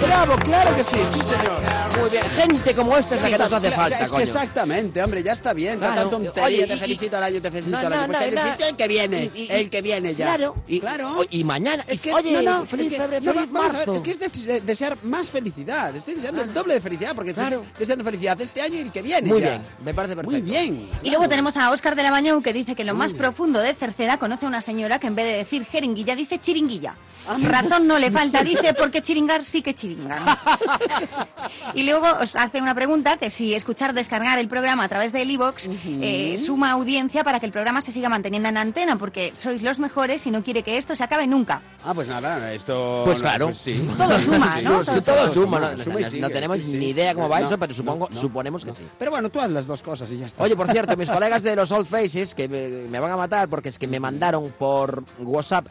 Speaker 2: ¡Bravo, claro que sí, sí señor!
Speaker 3: Muy bien. Gente como esta es la que nos
Speaker 2: Está-
Speaker 3: hace
Speaker 2: cla-
Speaker 3: falta,
Speaker 2: es que
Speaker 3: coño.
Speaker 2: exactamente, hombre, ya está bien.
Speaker 3: Claro.
Speaker 2: Tanta tontería,
Speaker 3: Oye, y-
Speaker 2: te
Speaker 3: y-
Speaker 2: felicito al año, te felicito
Speaker 3: No,
Speaker 2: al
Speaker 3: no,
Speaker 2: año.
Speaker 3: no,
Speaker 2: pues te
Speaker 3: no.
Speaker 2: felicito el que viene,
Speaker 3: Y- y-
Speaker 2: el que viene ya.
Speaker 3: Claro.
Speaker 2: Y, claro.
Speaker 3: Y mañana.
Speaker 2: Es que es,
Speaker 3: Oye,
Speaker 2: no, no,
Speaker 3: feliz
Speaker 2: es que-
Speaker 3: febrero,
Speaker 2: no,
Speaker 3: feliz
Speaker 2: vamos a ver,
Speaker 3: marzo.
Speaker 2: es que es dese- desear más felicidad. Estoy deseando el doble de felicidad porque
Speaker 3: Claro.
Speaker 2: estoy deseando felicidad este año y el que viene.
Speaker 3: Muy
Speaker 2: ya.
Speaker 3: bien, me parece perfecto.
Speaker 2: Muy bien.
Speaker 5: Y luego tenemos a Óscar de la Bañón que dice que en lo más profundo de Cerceda conoce a una señora que en vez de decir jeringuilla dice chiringuilla.
Speaker 3: Ah,
Speaker 5: Razón no le falta, dice, porque chiringar sí que chiringan. y luego os hace una pregunta que si escuchar, descargar el programa a través del iVox eh, suma audiencia para que el programa se siga manteniendo en antena, porque sois los mejores y no quiere que esto se acabe nunca.
Speaker 2: Ah, pues nada, esto.
Speaker 3: Pues claro.
Speaker 2: pues sí.
Speaker 5: Todo suma, ¿no?
Speaker 3: Sí, todo suma, Ah, no,
Speaker 2: Suma y
Speaker 3: no- no
Speaker 2: sigue,
Speaker 3: tenemos
Speaker 2: sí, sí.
Speaker 3: ni idea cómo va
Speaker 2: No,
Speaker 3: eso, pero
Speaker 2: no,
Speaker 3: supongo,
Speaker 2: no,
Speaker 3: suponemos que
Speaker 2: no.
Speaker 3: sí.
Speaker 2: Pero bueno, tú haz las dos cosas y ya está.
Speaker 3: Oye, por cierto, mis colegas de los Old Faces, que me, me van a matar porque es que me mandaron por WhatsApp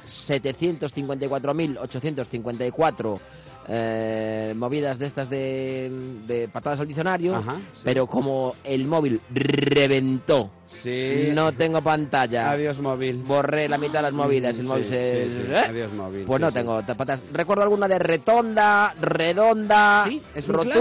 Speaker 3: 754.854 eh, movidas de estas de, de patadas al diccionario,
Speaker 2: Ajá, sí.
Speaker 3: pero como el móvil reventó
Speaker 2: Sí.
Speaker 3: No tengo pantalla.
Speaker 2: Adiós, móvil. Mm,
Speaker 3: Borré la mitad de las movidas. El
Speaker 2: Sí,
Speaker 3: móvil se-
Speaker 2: sí, sí.
Speaker 3: ¿eh?
Speaker 2: Adiós, móvil.
Speaker 3: Pues
Speaker 2: Sí,
Speaker 3: no
Speaker 2: sí.
Speaker 3: tengo patas. Recuerdo alguna de retonda, redonda,
Speaker 2: Ah, Es un clásico,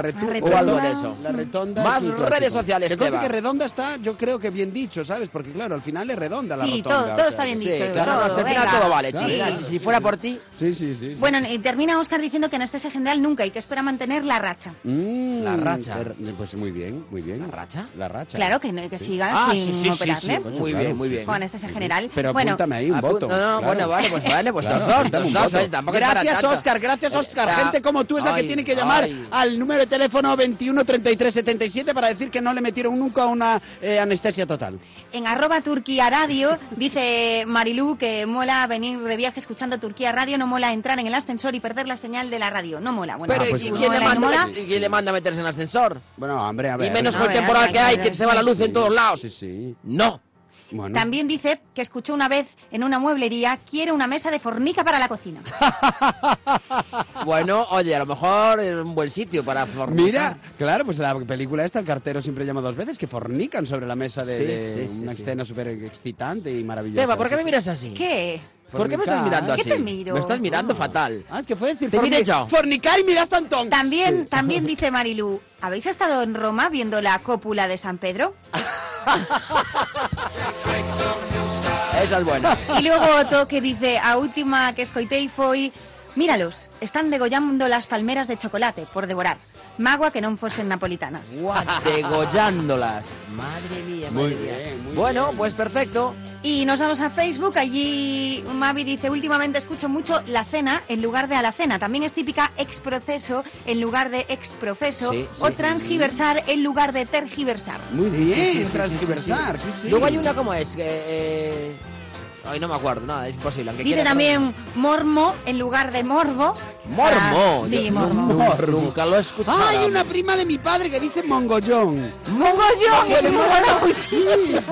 Speaker 2: la retu-
Speaker 3: o
Speaker 2: retonda-
Speaker 3: algo de eso.
Speaker 2: La retonda
Speaker 3: Más
Speaker 2: es un clásico.
Speaker 3: redes sociales,
Speaker 2: Que conste
Speaker 3: Teba.
Speaker 2: que redonda está, yo creo que bien dicho, ¿sabes? Porque claro, al final es redonda la
Speaker 5: Sí,
Speaker 2: rotonda.
Speaker 5: todo-
Speaker 2: o sea
Speaker 5: todo
Speaker 2: que-
Speaker 5: está bien
Speaker 3: Sí, dicho, claro, todo, no, si al final venga. todo vale, chicas, si- si fuera por ti.
Speaker 2: Sí, sí, sí. sí.
Speaker 5: Bueno, y termina Oscar diciendo que anestesia general nunca y que espera mantener la racha.
Speaker 2: Mm,
Speaker 3: La racha.
Speaker 2: per- Pues muy bien, muy bien. ¿La racha? La racha.
Speaker 5: Claro que, no- que siga
Speaker 3: Ah,
Speaker 5: sin
Speaker 3: sí, sí, sí,
Speaker 5: operarle.
Speaker 3: sí, coño, Muy claro, bien, muy sí, bien. sí.
Speaker 5: Con anestesia general.
Speaker 2: Pero
Speaker 5: bueno,
Speaker 2: apúntame ahí un
Speaker 3: Apun-
Speaker 2: voto.
Speaker 3: Ah, pues, No, no,
Speaker 2: claro.
Speaker 3: bueno, vale, pues vale, pues
Speaker 2: Claro,
Speaker 3: los dos,
Speaker 2: apúntame
Speaker 3: los
Speaker 2: un
Speaker 3: dos,
Speaker 2: voto.
Speaker 3: oye, tampoco es para
Speaker 6: Gracias,
Speaker 3: tanto.
Speaker 6: Oscar, gracias, Oscar.
Speaker 3: Está-
Speaker 6: Gente como tú es la que
Speaker 3: Ay,
Speaker 6: tiene que llamar Ah,
Speaker 3: ay.
Speaker 6: al número de teléfono 21 33 77 para decir que no le metieron nunca una eh, anestesia total.
Speaker 5: En arroba Turquía Radio dice Marilú que mola venir de viaje escuchando Turquía Radio, no mola entrar en el ascensor y perder la señal de la radio. No mola. Bueno,
Speaker 3: Pero
Speaker 5: pues
Speaker 3: ¿y
Speaker 5: no
Speaker 3: quién, le
Speaker 5: mola, no
Speaker 3: manda,
Speaker 5: mola.
Speaker 3: y quién le manda a meterse en el ascensor?
Speaker 2: Bueno, hombre, a ver.
Speaker 3: Y menos
Speaker 5: a
Speaker 3: con el
Speaker 5: ver, a
Speaker 3: temporal
Speaker 5: ver,
Speaker 3: que
Speaker 5: a
Speaker 3: hay,
Speaker 5: ver,
Speaker 3: que se va la luz en todos lados.
Speaker 2: Sí, sí.
Speaker 3: No.
Speaker 2: Bueno.
Speaker 5: También dice que escuchó una vez en una mueblería quiere una mesa de fornica para la cocina.
Speaker 3: Bueno, oye, a lo mejor es un buen sitio para fornicar.
Speaker 2: Mira, claro, pues la película esta, el cartero siempre llama dos veces, que fornican sobre la mesa de,
Speaker 3: Sí,
Speaker 2: de
Speaker 3: sí, sí,
Speaker 2: una
Speaker 3: sí.
Speaker 2: escena súper excitante y maravillosa.
Speaker 3: Teba, ¿por qué
Speaker 2: Sí,
Speaker 3: me miras así?
Speaker 5: ¿Qué?
Speaker 3: ¿Por qué me estás mirando
Speaker 5: ¿Qué
Speaker 3: así?
Speaker 5: te miro?
Speaker 3: Me estás mirando fatal.
Speaker 2: Ah, es que fue decir
Speaker 3: Te miré yo.
Speaker 6: Fornicar y miras tantón.
Speaker 5: También, también dice Marilú, ¿habéis estado en Roma viendo la cópula de San Pedro?
Speaker 3: Esa es buena.
Speaker 5: Y luego otro que dice, a última que escoitei foi Míralos, están degollando las palmeras de chocolate por devorar. Magua que non fosen napolitanas.
Speaker 3: Degollándolas. Madre mía, madre mía. bueno, pues perfecto.
Speaker 5: Y nos vamos a Facebook, allí Mavi dice, últimamente escucho mucho la cena en lugar de a la cena. También es típica exproceso en lugar de exprofeso.
Speaker 3: Sí, sí.
Speaker 5: O transgiversar en lugar de tergiversar.
Speaker 2: Muy
Speaker 3: Sí,
Speaker 2: bien,
Speaker 3: sí, sí, sí,
Speaker 2: transgiversar, sí, sí.
Speaker 3: Luego hay una como es, que... eh, Ay, no me acuerdo, nada, es imposible. aunque
Speaker 5: Dice
Speaker 3: quiera
Speaker 5: también mormo en lugar de morbo.
Speaker 3: Mormo.
Speaker 5: Ah, sí,
Speaker 3: Yo
Speaker 5: mormo.
Speaker 3: nu- Nunca lo he escuchado.
Speaker 6: Hay una prima de mi padre que dice mongollón.
Speaker 5: ¡Mogollón!
Speaker 6: Que le mola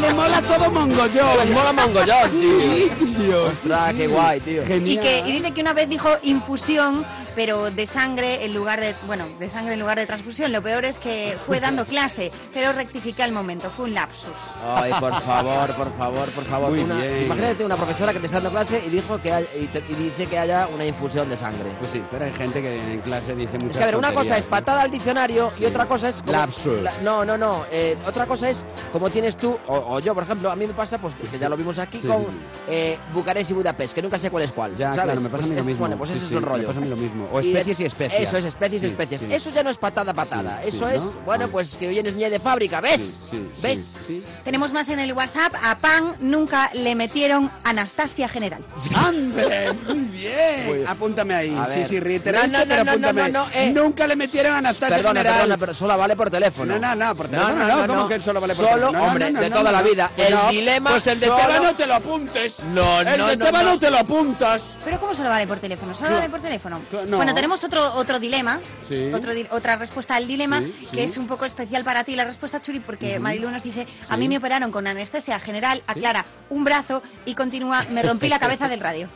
Speaker 6: Le mola todo
Speaker 3: Pues
Speaker 6: mongollón.
Speaker 3: mola Mongollón, tío.
Speaker 6: tío.
Speaker 3: Ostras, qué guay, tío.
Speaker 5: Y,
Speaker 6: Genial.
Speaker 5: que, y dice que una vez dijo infusión, pero de sangre en lugar de, bueno, de sangre en lugar de transfusión. Lo peor es que fue dando clase, pero rectifica el momento, fue un lapsus.
Speaker 3: Ay, por favor, por favor, por favor.
Speaker 2: Muy
Speaker 3: Una-
Speaker 2: bien.
Speaker 3: imagínate una profesora que te está dando clase y dijo que hay- y, te- y dice que haya una infusión de sangre.
Speaker 2: Pues sí, pero hay gente que en clase dice muchas
Speaker 3: Es que a ver, una cosa es
Speaker 2: tonterías,
Speaker 3: patada al diccionario y otra cosa es... como-
Speaker 2: Lapsus.
Speaker 3: la- no, no, no. eh, otra cosa es como tienes tú, o, o yo, por ejemplo, a mí me pasa, pues que ya lo vimos aquí
Speaker 2: Sí,
Speaker 3: con
Speaker 2: sí, sí.
Speaker 3: eh, Bucarest y Budapest, que nunca sé cuál es cuál.
Speaker 2: ¿no? Ya,
Speaker 3: ¿sabes?
Speaker 2: claro, me pasa a mí
Speaker 3: Pues
Speaker 2: lo
Speaker 3: es-
Speaker 2: mismo.
Speaker 3: Bueno, pues
Speaker 2: Sí,
Speaker 3: eso
Speaker 2: sí,
Speaker 3: es el rollo.
Speaker 2: Me pasa a mí lo mismo. O
Speaker 3: Y de-
Speaker 2: especies y, especies.
Speaker 3: Eso es, especies y
Speaker 2: Sí,
Speaker 3: especies.
Speaker 2: sí.
Speaker 3: Eso ya no es patada patada.
Speaker 2: Sí,
Speaker 3: eso
Speaker 2: sí,
Speaker 3: es,
Speaker 2: ¿no?
Speaker 3: bueno,
Speaker 2: Ah.
Speaker 3: pues que vienes niña de fábrica, ¿ves?
Speaker 2: Sí, sí,
Speaker 3: ¿Ves?
Speaker 2: sí, sí.
Speaker 5: Tenemos más en el WhatsApp. A Pan nunca le metieron Anastasia General.
Speaker 2: ¡Hombre! Muy bien.
Speaker 3: Muy bien.
Speaker 2: Apúntame ahí.
Speaker 3: Pues, A
Speaker 2: Sí,
Speaker 3: ver.
Speaker 2: sí, reiterante,
Speaker 3: No, no, no,
Speaker 2: pero
Speaker 3: no,
Speaker 2: apúntame.
Speaker 3: no, no, no, eh.
Speaker 2: Nunca le metieron a Anastasia
Speaker 3: Perdona,
Speaker 2: General.
Speaker 3: perdona, pero solo vale por teléfono.
Speaker 2: No, no, no, por teléfono no, ¿cómo que solo vale por teléfono? No, no,
Speaker 3: hombre,
Speaker 2: no,
Speaker 3: de
Speaker 2: no,
Speaker 3: toda
Speaker 2: no,
Speaker 3: la
Speaker 2: no.
Speaker 3: vida.
Speaker 2: Pues
Speaker 3: el
Speaker 2: no,
Speaker 3: dilema
Speaker 2: Pues el de
Speaker 3: solo-
Speaker 2: Teba no te lo apuntes.
Speaker 3: No,
Speaker 2: El
Speaker 3: no,
Speaker 2: de
Speaker 3: no,
Speaker 2: Teba
Speaker 3: no.
Speaker 2: no te lo apuntas.
Speaker 5: Pero ¿cómo solo vale por teléfono? ¿Solo vale por teléfono?
Speaker 2: Cla- no.
Speaker 5: Bueno, tenemos otro, otro dilema,
Speaker 2: Sí.
Speaker 5: otro di- otra respuesta al dilema,
Speaker 2: Sí, sí.
Speaker 5: que es un poco especial para ti, la respuesta Churi, porque Marilu nos dice, a mí me operaron con anestesia general, aclara, un brazo y continúa, me rompí la cabeza del radio.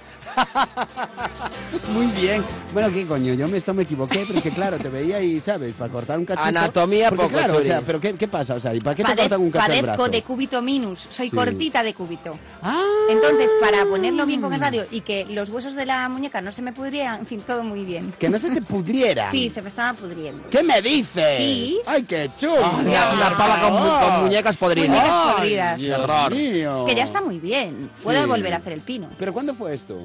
Speaker 2: Muy bien. Bueno, qué coño, yo me, esto me equivoqué, porque claro, te veía y, ¿sabes? Para cortar un cachito.
Speaker 3: Anatomía
Speaker 2: porque,
Speaker 3: poco,
Speaker 2: claro, o
Speaker 3: Churi.
Speaker 2: sea, pero ¿qué, qué pasa? O sea, ¿y para qué te
Speaker 5: Padez-
Speaker 2: cortan un cacho del
Speaker 5: padezco
Speaker 2: brazo?
Speaker 5: de cúbito minus, soy
Speaker 2: Sí.
Speaker 5: cortita de cúbito.
Speaker 2: Ah.
Speaker 5: Entonces, para ponerlo bien con el radio y que los huesos de la muñeca no se me pudrieran, en fin, todo muy bien.
Speaker 2: Que no se te pudriera.
Speaker 5: Sí, se me estaba pudriendo.
Speaker 2: ¿Qué me dices?
Speaker 5: Sí. Ah,
Speaker 2: Ay, qué chulo.
Speaker 3: La, la pava con, con muñecas podridas.
Speaker 5: Muñecas
Speaker 2: Ay,
Speaker 5: podridas.
Speaker 2: Dios
Speaker 3: Error.
Speaker 2: mío.
Speaker 5: Que ya está muy bien. Puedo
Speaker 2: Sí.
Speaker 5: volver a hacer el pino.
Speaker 2: ¿Pero cuándo fue esto?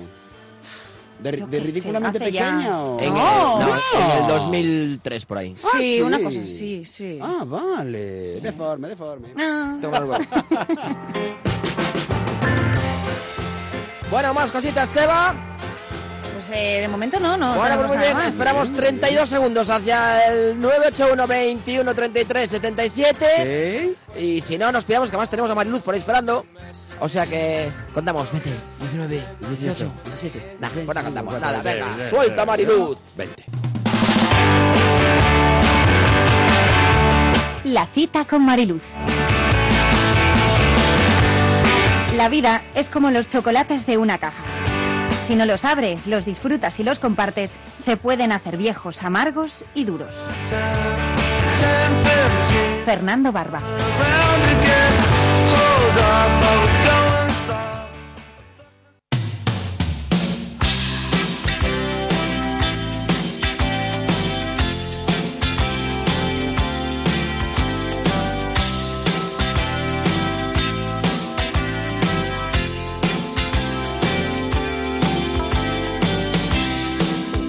Speaker 2: ¿De,
Speaker 5: Yo
Speaker 2: de
Speaker 5: qué sé,
Speaker 2: ridículamente
Speaker 5: hace ya-
Speaker 2: pequeña o...?
Speaker 3: En,
Speaker 5: No.
Speaker 3: el, no, en el 2003 por ahí.
Speaker 5: Ah, sí,
Speaker 2: sí.
Speaker 5: una cosa sí, sí.
Speaker 2: Ah, vale. Deforme, deforme.
Speaker 5: Ah.
Speaker 3: Tengo algo. bueno, más cositas, Teba.
Speaker 5: Pues eh, de momento no, no.
Speaker 3: Bueno,
Speaker 5: tenemos
Speaker 3: pues muy
Speaker 5: nada
Speaker 3: bien,
Speaker 5: más.
Speaker 3: esperamos 32 segundos hacia el 981 21 33 77.
Speaker 2: ¿Sí?
Speaker 3: Y si no, nos pillamos que además tenemos a Mariluz por ahí esperando. O sea que contamos, 20, 19, 18, 17. Nah, pues no contamos, nada, venga, suelta Mariluz.
Speaker 2: 20.
Speaker 5: La cita con Mariluz. La vida es como los chocolates de una caja. Si no los abres, los disfrutas y los compartes, se pueden hacer viejos, amargos y duros. Fernando Barba.
Speaker 7: Round again.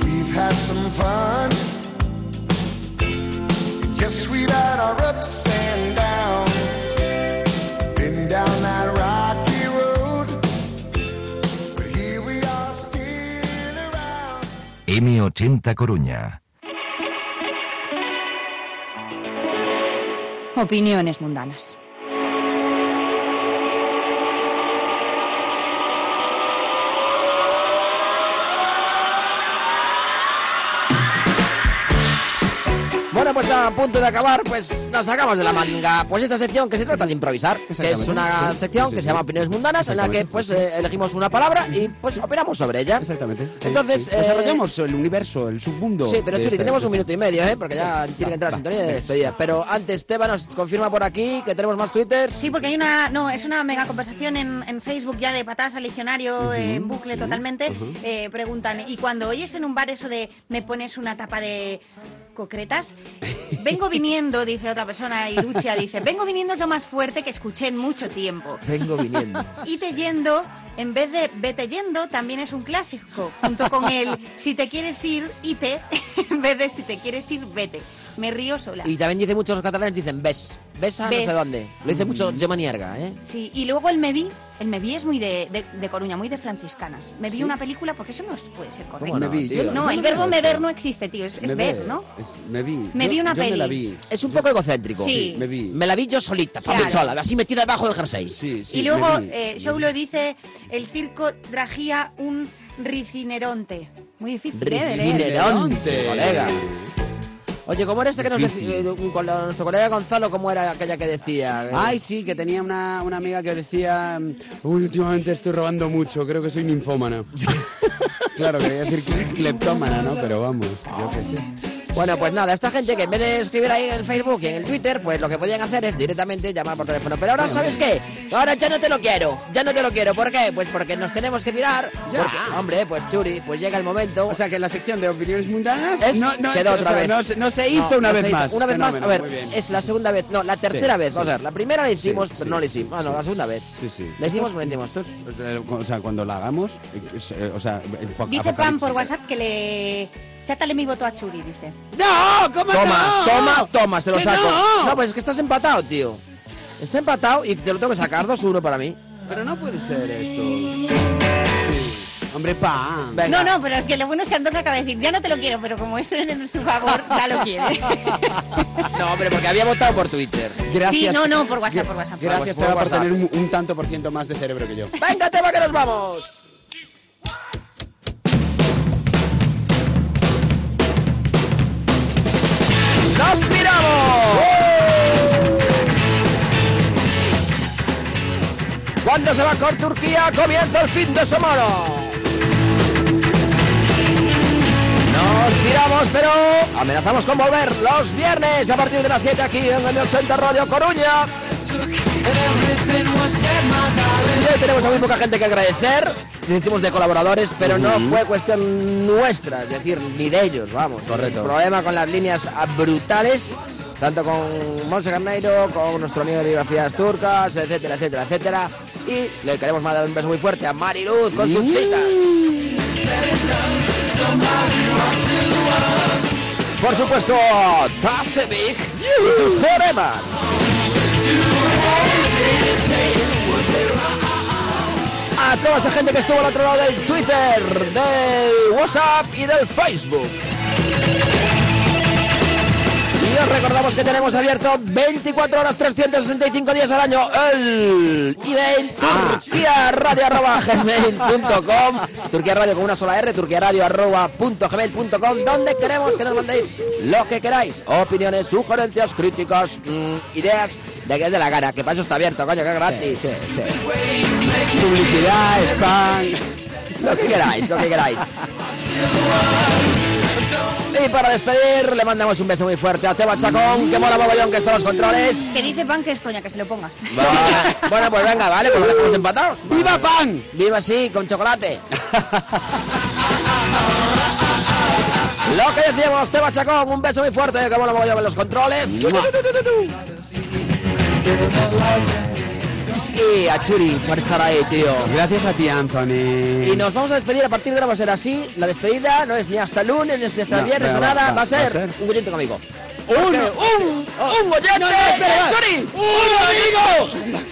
Speaker 7: We've had some fun. Yes, we've had our ups and downs. Been down that rocky road. But here we are still around.
Speaker 8: M80 Coruña.
Speaker 10: Opiniones mundanas.
Speaker 3: Bueno, pues a punto de acabar, pues nos sacamos de la manga. Pues esta sección que se trata de improvisar, que es
Speaker 1: Exactamente,
Speaker 3: una
Speaker 1: sí,
Speaker 3: sección
Speaker 1: sí,
Speaker 3: que
Speaker 1: sí.
Speaker 3: se llama Opiniones Mundanas, en la que
Speaker 1: Exactamente,
Speaker 3: pues eh, elegimos una palabra y pues opinamos sobre ella.
Speaker 1: Exactamente. sí,
Speaker 3: Entonces,
Speaker 1: sí.
Speaker 2: Pues
Speaker 3: eh,
Speaker 1: desarrollamos el universo, el submundo.
Speaker 3: Sí, pero
Speaker 1: de
Speaker 3: Churi,
Speaker 1: esta-
Speaker 3: tenemos un
Speaker 1: de
Speaker 3: minuto y medio, ¿eh? Porque ya tiene que entrar
Speaker 1: va,
Speaker 3: la sintonía de
Speaker 1: venga.
Speaker 3: despedida. Pero antes, Teba nos confirma por aquí que tenemos más Twitter.
Speaker 5: Sí, porque hay una. No, es una mega conversación en, en Facebook ya de patadas al diccionario, eh, en bucle totalmente. Eh, preguntan, ¿y cuando oyes en un bar eso de me pones una tapa de concretas? Vengo viniendo, dice otra persona, y Lucia dice, vengo viniendo es lo más fuerte que escuché en mucho tiempo.
Speaker 3: Vengo viniendo.
Speaker 5: Y te yendo, en vez de vete yendo, también es un clásico, junto con el si te quieres ir, ite, en vez de si te quieres ir, vete. Me río sola.
Speaker 3: Y también dice muchos catalanes, dicen ves, ves a no
Speaker 5: Ves.
Speaker 3: sé dónde. Lo dice mucho
Speaker 1: Mm.
Speaker 3: Gemma Nierga, ¿eh?
Speaker 5: Sí, y luego el me vi, el me vi es muy de, de- de Coruña, muy de franciscanas. Me vi
Speaker 3: ¿Sí?
Speaker 5: una película porque eso no es- puede ser correcto.
Speaker 1: ¿Cómo no,
Speaker 5: no,
Speaker 1: Me vi, tío? yo- yo
Speaker 5: el
Speaker 1: no
Speaker 5: verbo
Speaker 1: veo
Speaker 5: me
Speaker 1: eso.
Speaker 5: ver no existe, tío, es, es
Speaker 1: Me
Speaker 5: ver,
Speaker 1: ve,
Speaker 5: ¿no?
Speaker 1: es- me vi.
Speaker 5: Me
Speaker 1: Yo-
Speaker 5: vi una
Speaker 1: yo Me la
Speaker 5: peli.
Speaker 1: vi.
Speaker 3: Es un poco egocéntrico.
Speaker 5: Sí.
Speaker 1: Me vi.
Speaker 3: Me la vi yo solita, para mí
Speaker 5: Claro.
Speaker 3: sola, así metida debajo del jersey.
Speaker 1: Sí, sí,
Speaker 5: y luego
Speaker 1: me vi.
Speaker 5: eh, Shoulo dice, el circo trajía un ricineronte. Muy difícil, ¿eh? de leer.
Speaker 3: Ricineronte, colega. Oye, ¿cómo era este que nos
Speaker 1: Difícil.
Speaker 3: decía, eh, con la- nuestro colega Gonzalo, cómo era aquella que decía? eh?
Speaker 2: Ay, sí, que tenía una, una amiga que decía, uy, últimamente estoy robando mucho, creo que soy ninfómana. claro, quería decir cl- cleptómana, ¿no? Pero vamos, yo qué sé.
Speaker 3: Bueno, pues nada, esta gente que en vez de escribir ahí en el Facebook y en el Twitter, pues lo que podían hacer es directamente llamar por teléfono. Pero ahora, ¿sabes qué? Ahora ya no te lo quiero, ya no te lo quiero. ¿Por qué? Pues porque nos tenemos que mirar.
Speaker 1: Ya.
Speaker 3: Porque, hombre, pues Churi, pues llega el momento.
Speaker 2: O sea, que la sección de opiniones mundanas
Speaker 3: Es-
Speaker 2: no, no,
Speaker 3: quedó
Speaker 2: o
Speaker 3: otra
Speaker 2: sea,
Speaker 3: vez.
Speaker 2: no se- no se hizo
Speaker 3: No,
Speaker 2: una
Speaker 3: no
Speaker 2: vez
Speaker 3: se hizo.
Speaker 2: más.
Speaker 3: Una vez
Speaker 2: Fenómeno,
Speaker 3: más, a
Speaker 2: muy
Speaker 3: ver,
Speaker 2: bien.
Speaker 3: es la segunda vez. No, la tercera
Speaker 2: Sí,
Speaker 3: vez. Vamos
Speaker 2: sí.
Speaker 3: a ver, la primera la hicimos,
Speaker 2: Sí,
Speaker 3: pero
Speaker 2: sí,
Speaker 3: no la hicimos. Bueno,
Speaker 2: sí.
Speaker 3: la segunda vez.
Speaker 2: Sí, sí.
Speaker 3: La hicimos, pero la hicimos.
Speaker 2: Esto es- eh, o sea, cuando la hagamos, eh, es, eh, o sea, el po-
Speaker 5: Dice
Speaker 2: apocalipsis.
Speaker 5: Pam por WhatsApp que le... Chátale mi voto a Churi, dice.
Speaker 2: ¡No! ¿Cómo
Speaker 3: Toma,
Speaker 2: no?
Speaker 3: toma, toma, se lo
Speaker 2: ¡Que
Speaker 3: saco.
Speaker 2: no!
Speaker 3: pues es que estás empatado, tío. Está empatado y te lo tengo que sacar 2-1 para mí.
Speaker 2: Pero no puede ser esto. Sí. Hombre, Pam.
Speaker 3: Venga.
Speaker 5: No, no, pero es que lo bueno es que Antonio acaba de decir, ya no te lo quiero, pero como eso en su favor, ya lo quiere.
Speaker 3: No, hombre, porque había votado por Twitter.
Speaker 2: Gracias.
Speaker 5: Sí, no, no, por WhatsApp, por WhatsApp.
Speaker 2: Gracias,
Speaker 3: Por
Speaker 2: Teba, por
Speaker 3: WhatsApp.
Speaker 2: tener un, un tanto por ciento más de cerebro que yo.
Speaker 3: Venga, tema que nos vamos. ¡Nos piramos! Cuando se va con Turquía, comienza el fin de semana. Nos piramos, pero amenazamos con volver los viernes a partir de las 7 aquí en el 80 Radio Coruña. Y hoy tenemos a muy poca gente que agradecer. Le decimos de colaboradores, pero no fue cuestión nuestra, es decir, ni de ellos, vamos.
Speaker 2: Correcto.
Speaker 3: El problema con las líneas ah, brutales, tanto con Monse Carneiro, con nuestro amigo de biografías turcas, etcétera, etcétera, etcétera. Y le queremos mandar un beso muy fuerte a Mariluz con sus citas. Por supuesto, Tacevic y sus teoremas. a toda esa gente que estuvo al otro lado del Twitter, del WhatsApp y del Facebook. Y os recordamos que tenemos abierto 24 horas 365 días al año el email turquiaradio.gmail.com Turquía Radio con una sola R, turquiaradio.gmail.com donde queremos que nos mandéis lo que queráis. Opiniones, sugerencias, críticas, mm, ideas de que es de la gana. Que para eso está abierto, coño, que es gratis.
Speaker 2: Sí, sí. Publicidad, spam.
Speaker 3: Lo que queráis, lo que queráis. Y para despedir, le mandamos un beso muy fuerte a Teba Chacón, que mola mogollón que están los controles.
Speaker 11: Que dice pan que es coña, que se lo pongas.
Speaker 3: Va- bueno, pues venga, vale, pues lo dejamos empatado. ¡Viva pan! ¡Viva sí, con chocolate! Lo que decíamos, Teba Chacón, un beso muy fuerte, que mola mogollón en los controles. Y a Churi por estar ahí, tío.
Speaker 6: Gracias a ti, Anthony.
Speaker 3: Y nos vamos a despedir a partir de ahora, va a ser así. La despedida no es ni hasta lunes, ni hasta
Speaker 6: No,
Speaker 3: viernes,
Speaker 6: va,
Speaker 3: nada.
Speaker 6: va,
Speaker 3: Va, a
Speaker 6: va
Speaker 3: ser
Speaker 6: a ser.
Speaker 3: un oyente conmigo. Porque Un, un, oyente,
Speaker 7: no, espera,
Speaker 3: eh,
Speaker 7: va.
Speaker 3: Churi.
Speaker 7: ¡Un amigo!